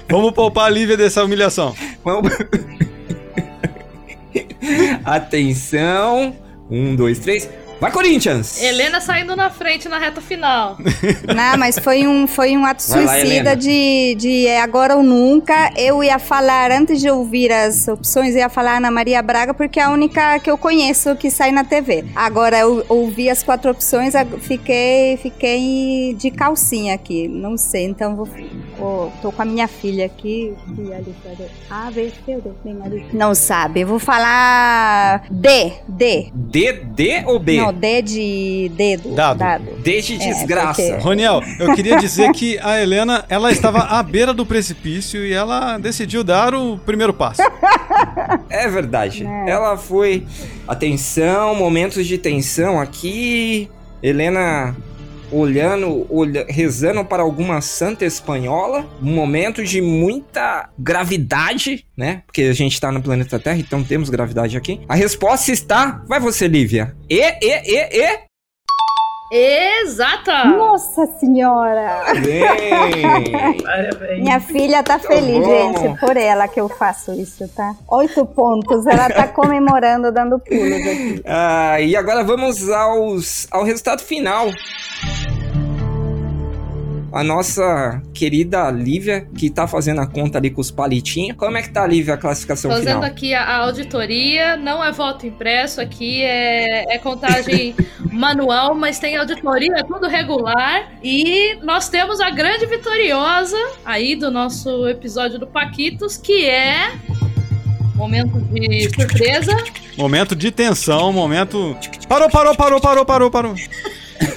Speaker 3: Vamos poupar a Lívia dessa humilhação.
Speaker 4: Vamos- <laughs> Atenção. Um, dois, três. Vai, Corinthians!
Speaker 5: Helena saindo na frente na reta final.
Speaker 10: Não, mas foi um, foi um ato
Speaker 4: Vai lá,
Speaker 10: suicida
Speaker 4: Helena.
Speaker 10: de, de é agora ou nunca. Eu ia falar, antes de ouvir as opções, eu ia falar Ana Maria Braga, porque é a única que eu conheço que sai na TV. Agora, eu ouvi as quatro opções, ag- fiquei, fiquei de calcinha aqui. Não sei, então vou. vou- tô com a minha filha aqui. e ali, cadê? A, Ah, B, C, D, tem ali. Não sabe, eu vou falar D, D.
Speaker 4: D, D ou B?
Speaker 10: Não, D de dedo.
Speaker 3: Dado.
Speaker 4: D de
Speaker 10: É,
Speaker 4: desgraça.
Speaker 10: porque-
Speaker 3: Roniel, eu queria dizer que a Helena, ela estava à beira do precipício e ela decidiu dar o primeiro passo.
Speaker 4: É verdade. Ela foi. Atenção, momentos de tensão aqui. Helena olhando, olha- rezando para alguma santa espanhola. Um momento de muita gravidade, né? Porque a gente tá no planeta Terra, então temos gravidade aqui. A resposta está. Vai você, Lívia. E, e, e, e.
Speaker 5: Exata!
Speaker 10: Nossa senhora!
Speaker 4: Bem.
Speaker 10: Minha filha tá feliz,
Speaker 4: bom.
Speaker 10: gente, por ela que eu faço isso, tá? Oito pontos, ela tá comemorando, dando pulos aqui.
Speaker 4: Ah, e agora vamos aos, ao resultado final. A nossa querida Lívia, que tá fazendo a conta ali com os palitinhos. Como é que tá, Lívia, a classificação
Speaker 5: Fazendo
Speaker 4: final?
Speaker 5: aqui a, a auditoria, não é voto impresso aqui, é, é contagem manual, mas tem auditoria, é tudo regular. E nós temos a grande vitoriosa aí do nosso episódio do Paquitos, que é. Momento de surpresa.
Speaker 3: Momento de tensão, momento. Parou, parou, parou, parou, parou, parou.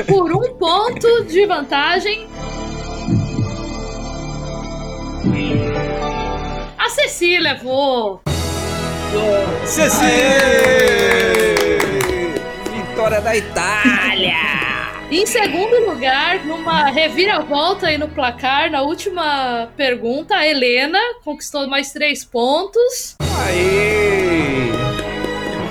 Speaker 5: Por um ponto de vantagem. A Ceci levou.
Speaker 3: Ceci!
Speaker 4: Vitória da Itália!
Speaker 5: Em segundo lugar, numa reviravolta aí no placar, na última pergunta, a Helena conquistou mais três pontos.
Speaker 4: Aê!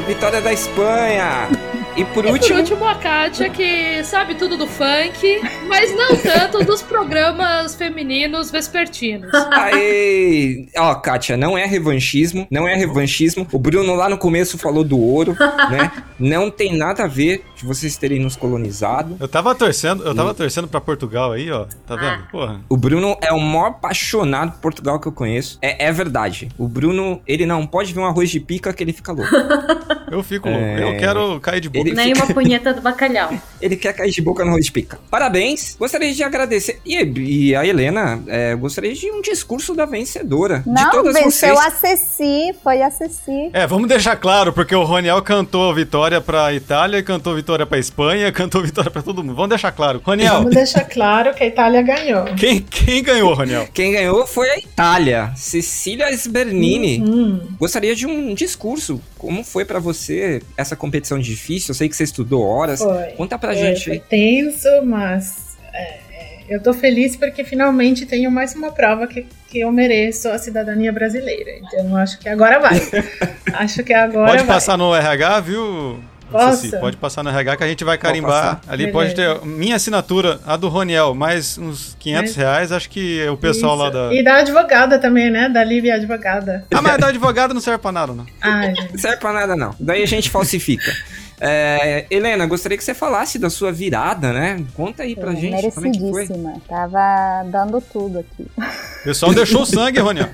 Speaker 4: Vitória da Espanha! E por
Speaker 5: e
Speaker 4: último,
Speaker 5: por último, a Kátia, que sabe tudo do funk, mas não tanto dos programas femininos vespertinos.
Speaker 4: Aê! Ó, Kátia, não é revanchismo, não é revanchismo. O Bruno lá no começo falou
Speaker 10: <laughs>
Speaker 4: do ouro, né? Não tem nada a ver de vocês terem nos colonizado.
Speaker 3: Eu tava torcendo, eu tava torcendo pra Portugal aí, ó. Tá vendo? Porra.
Speaker 4: O Bruno é o maior apaixonado por Portugal que eu conheço. É, é verdade. O Bruno, ele não pode ver um arroz de pica que ele fica louco.
Speaker 10: <laughs>
Speaker 3: Eu fico
Speaker 4: É.
Speaker 3: louco. Eu quero cair de boca.
Speaker 4: Ele
Speaker 9: Nem uma punheta do bacalhau.
Speaker 4: Ele quer cair de boca no arroz de pica. Parabéns! Gostaria de agradecer. E, e a Helena, é, gostaria de um discurso da vencedora. de
Speaker 10: Não,
Speaker 4: todas
Speaker 10: venceu
Speaker 4: vocês.
Speaker 10: a Ceci, foi a Ceci.
Speaker 3: É, vamos deixar claro, porque o Roniel cantou vitória pra Itália, cantou vitória pra Espanha, <laughs> cantou vitória pra todo mundo. Vamos deixar claro. Roniel,
Speaker 8: Vamos deixar claro que a Itália ganhou.
Speaker 3: quem, quem ganhou, Roniel?
Speaker 4: Quem ganhou foi a Itália, Cecília Sbernini.
Speaker 8: Uhum.
Speaker 4: Gostaria de um discurso. Como foi pra você essa competição difícil? Eu sei que você estudou horas.
Speaker 8: Foi.
Speaker 4: Conta pra
Speaker 8: Foi,
Speaker 4: gente
Speaker 8: foi
Speaker 4: aí.
Speaker 8: tenso, mas é, eu tô feliz porque finalmente tenho mais uma prova que, que eu mereço a cidadania brasileira. Então acho que agora
Speaker 3: <laughs>
Speaker 8: vai. acho que agora
Speaker 3: Pode
Speaker 8: vai.
Speaker 3: passar no RH, viu?
Speaker 8: Posso?
Speaker 3: Ceci? pode passar no RH que a gente vai
Speaker 4: passar.
Speaker 3: carimbar. Ali pode
Speaker 8: Beleza.
Speaker 3: ter minha assinatura, a do Roniel, mais uns 500
Speaker 8: Mas-
Speaker 3: reais. Acho que o pessoal lá da.
Speaker 8: E da advogada também, né? Da Lívia advogada.
Speaker 3: Ah, mas da advogada não serve pra nada, não. <laughs>
Speaker 8: Ai, gente.
Speaker 4: Não serve pra nada, não. Daí a gente
Speaker 8: <laughs>
Speaker 4: falsifica. É, Helena, gostaria que você falasse da sua virada, né? Conta aí pra
Speaker 10: Foi
Speaker 4: gente como é que foi.
Speaker 10: merecidíssima. Tava dando tudo aqui.
Speaker 3: O pessoal deixou o sangue, Roniel.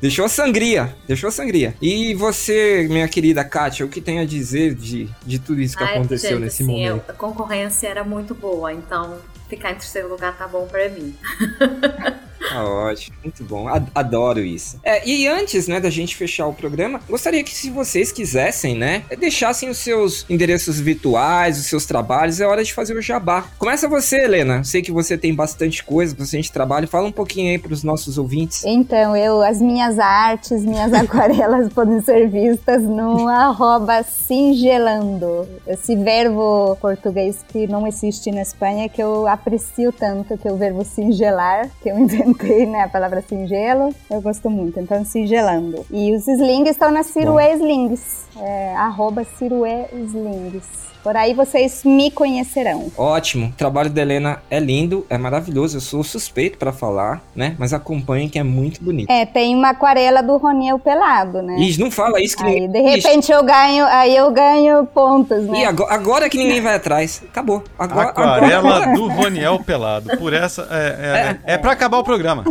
Speaker 4: Deixou sangria, deixou sangria. E você, minha querida Kátia, o que tem a dizer de, de tudo isso <laughs> que
Speaker 9: Ai,
Speaker 4: aconteceu
Speaker 9: gente,
Speaker 4: nesse
Speaker 9: assim,
Speaker 4: momento?
Speaker 9: eu- a concorrência era muito boa, então ficar em terceiro lugar tá bom pra mim.
Speaker 4: Tá ótimo, muito bom, a- adoro isso. É, e antes, né, da gente fechar o programa, gostaria que se vocês quisessem, né, deixassem os seus endereços virtuais, os seus trabalhos, é hora de fazer o jabá. Começa você, Helena, sei que você tem bastante coisa, bastante trabalho, fala um pouquinho aí pros nossos ouvintes.
Speaker 10: Então, eu, as minhas artes, minhas <laughs> aquarelas podem ser vistas no arroba singelando. Esse verbo português que não existe na Espanha, que eu aprecio tanto, que é o verbo singelar, que eu <laughs> inventei, né? A palavra singelo, eu gosto muito. Então, singelando. E os slings estão na Ciruê Slings. É, arroba Ciruê Slings. Por aí vocês me conhecerão.
Speaker 4: Ótimo, o trabalho da Helena é lindo, é maravilhoso, eu sou suspeito pra falar, né, mas acompanhem que é muito bonito.
Speaker 10: É, tem uma aquarela do Roniel Pelado, né?
Speaker 4: Ih, não fala isso que
Speaker 10: Aí,
Speaker 4: ninguém...
Speaker 10: de
Speaker 4: Ixi.
Speaker 10: repente, eu ganho, aí eu ganho pontos, né?
Speaker 4: E agora, agora que ninguém vai atrás. Acabou. Agora,
Speaker 3: Aquarela
Speaker 4: agora-
Speaker 3: do Roniel Pelado. Por essa. É, é, é pra acabar o programa.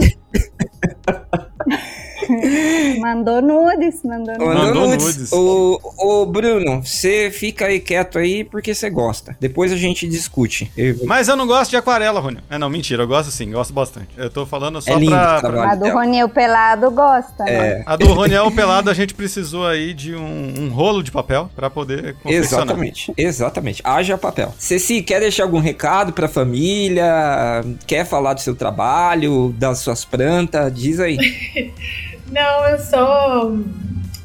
Speaker 10: Mandou nudes, mandou
Speaker 4: Ô,
Speaker 10: nudes.
Speaker 3: Mandou
Speaker 4: Mandou nudes.
Speaker 3: nudes.
Speaker 4: Ô, ô, Bruno, você fica aí quieto aí porque você gosta. Depois a gente discute. Eu-
Speaker 3: Mas eu não gosto de aquarela, Roniel. É, não, mentira, eu gosto sim, gosto bastante. Eu tô falando só
Speaker 4: É lindo
Speaker 3: pra.
Speaker 4: o trabalho. É,
Speaker 10: A do Roniel Pelado gosta, né?
Speaker 3: A do Roniel Pelado, a gente precisou aí de um, um rolo de papel pra poder confeccionar.
Speaker 4: Exatamente, exatamente. Haja papel. Ceci, quer deixar algum recado pra
Speaker 10: <laughs>
Speaker 4: família? Quer falar do seu trabalho, das suas plantas? Diz aí.
Speaker 8: Não, eu sou.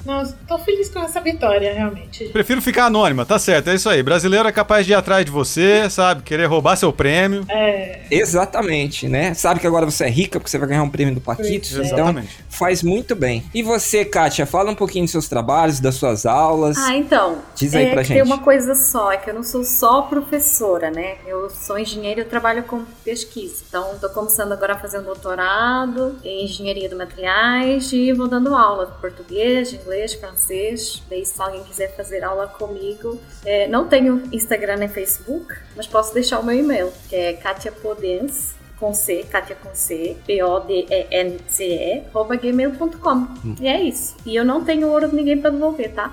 Speaker 8: Não, eu tô feliz com essa vitória, realmente.
Speaker 3: Prefiro ficar anônima, tá certo, é isso aí. Brasileiro é capaz de ir atrás de você, sabe? Querer roubar seu prêmio.
Speaker 8: É.
Speaker 4: Exatamente, né? Sabe que agora você é rica porque você vai ganhar um prêmio do Paquitos.
Speaker 3: Pois é.
Speaker 4: Então,
Speaker 3: Exatamente.
Speaker 4: faz muito bem. E você, Kátia, fala um pouquinho dos seus trabalhos, das suas aulas.
Speaker 9: Ah, então.
Speaker 4: Diz aí
Speaker 9: é
Speaker 4: pra
Speaker 9: que
Speaker 4: gente.
Speaker 9: Tem uma coisa só, é que eu não sou só professora, né? Eu sou engenheira e eu trabalho com pesquisa. Então, estou começando agora a fazer um doutorado em engenharia de materiais e vou dando aula de português, de inglês, francês. Daí, se alguém quiser fazer aula comigo, é, não tenho Instagram nem Facebook, mas posso deixar o meu e-mail, que é katiapodens, com C, Katia com C, P-O-D-E-N-C-E, arroba gmail.com.
Speaker 4: Hum.
Speaker 9: E é isso. E eu não tenho ouro de ninguém para devolver, tá?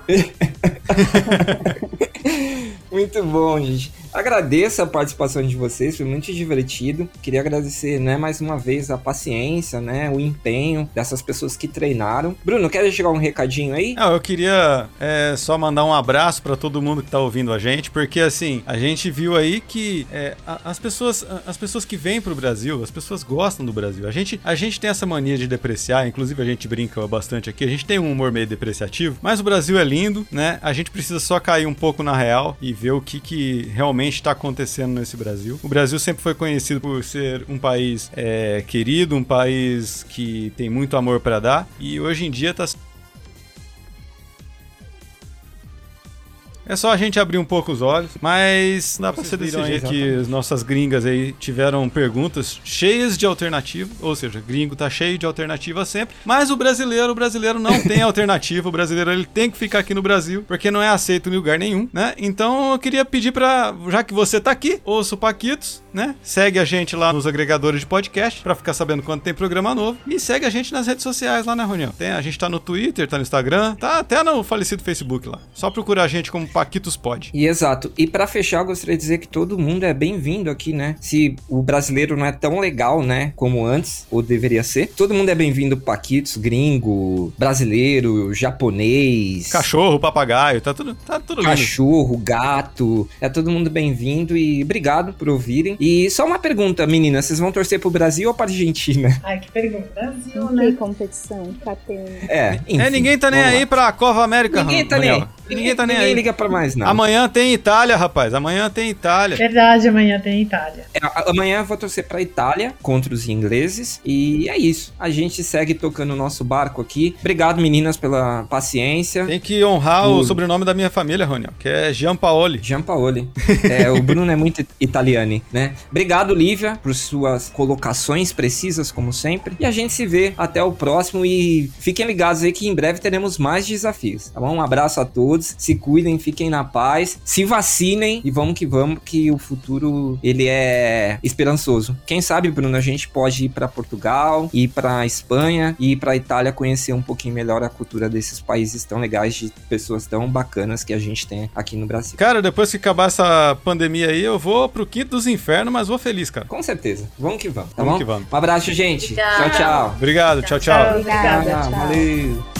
Speaker 4: Muito bom, gente. Agradeço a participação de vocês, foi muito divertido. Queria agradecer, né, mais uma vez a paciência, né, o empenho dessas pessoas que treinaram. Bruno, quer chegar um recadinho aí?
Speaker 3: Ah, eu queria é, só mandar um abraço pra todo mundo que tá ouvindo a gente, porque assim, a gente viu aí que é, a- as pessoas a- as pessoas que vêm pro Brasil, as pessoas gostam do Brasil. A gente, a gente tem essa mania de depreciar, inclusive a gente brinca bastante aqui, a gente tem um humor meio depreciativo, mas o Brasil é lindo, né? A gente precisa só cair um pouco na real e ver o que, que realmente tá acontecendo nesse Brasil. O Brasil sempre foi conhecido por ser um país é, querido, um país que tem muito amor pra dar, e hoje em dia tá É só a gente abrir um pouco os olhos, mas dá pra
Speaker 4: Vocês
Speaker 3: ser desse
Speaker 4: viram aí,
Speaker 3: jeito que
Speaker 4: exatamente.
Speaker 3: as nossas gringas aí tiveram perguntas cheias de alternativa, ou seja, gringo tá cheio de alternativa sempre, mas o brasileiro, o brasileiro não tem alternativa, o brasileiro ele tem que ficar aqui no Brasil, porque não é aceito em lugar nenhum, né? Então eu queria pedir pra, já que você tá aqui, ouça o Paquitos, né? Segue a gente lá nos agregadores de podcast pra ficar sabendo quando tem programa novo e segue a gente nas redes sociais lá na reunião. Tem, a gente tá no Twitter, tá no Instagram, tá até no falecido Facebook lá. Só procurar a gente como Paquitos Pod.
Speaker 4: E exato. E pra fechar, eu gostaria de dizer que todo mundo é bem-vindo aqui, né? Se o brasileiro não é tão legal, né, como antes, ou deveria ser, todo mundo é bem-vindo, paquitos, gringo, brasileiro, japonês,
Speaker 3: Cachorro, papagaio, tá tudo, tá tudo lindo.
Speaker 4: cachorro, gato, é todo mundo bem-vindo e obrigado por ouvirem. E só uma pergunta, menina, vocês vão torcer pro Brasil ou pra Argentina? <laughs>
Speaker 8: Ai, que pergunta. Brasil,
Speaker 10: Que
Speaker 8: né?
Speaker 10: competição,
Speaker 9: um
Speaker 10: catena.
Speaker 4: É, enfim,
Speaker 3: é, ninguém tá nem
Speaker 4: vamos lá.
Speaker 3: aí pra Cova América,
Speaker 4: Ninguém tá nem aí.
Speaker 3: Daniel. Ninguém tá nem
Speaker 4: Ninguém
Speaker 3: aí.
Speaker 4: liga pra mais nada.
Speaker 3: Amanhã tem Itália, rapaz. Amanhã tem Itália.
Speaker 8: Verdade, amanhã tem Itália.
Speaker 4: É, a- Amanhã eu vou torcer pra Itália contra os ingleses. E é isso. A gente segue tocando o nosso barco aqui. Obrigado, meninas, pela paciência.
Speaker 3: Tem que honrar o
Speaker 4: Tudo.
Speaker 3: sobrenome da minha família, Roniel, que é Giampaoli.
Speaker 4: Giampaoli. É, o Bruno é muito italiano, né? Obrigado, Lívia, por suas colocações precisas, como sempre. E a gente se vê até o próximo. E fiquem ligados aí que em breve teremos mais desafios, tá bom? Um abraço a todos. Se cuidem, fiquem na paz. Se vacinem e vamos que vamos, que o futuro ele é esperançoso. Quem sabe, Bruno, a gente pode ir pra Portugal, ir pra Espanha e ir pra Itália conhecer um pouquinho melhor a cultura desses países tão legais, de pessoas tão bacanas que a gente tem aqui no Brasil.
Speaker 3: Cara, depois que acabar essa pandemia aí, eu vou pro quinto dos infernos, mas vou feliz, cara.
Speaker 4: Com certeza. Vamos que vamos, tá
Speaker 3: Vamos
Speaker 4: bom?
Speaker 3: que vamos.
Speaker 4: Um abraço, gente.
Speaker 9: Obrigada.
Speaker 4: Tchau, tchau.
Speaker 3: Obrigado, tchau, tchau.
Speaker 8: Obrigada, tchau.
Speaker 4: Valeu.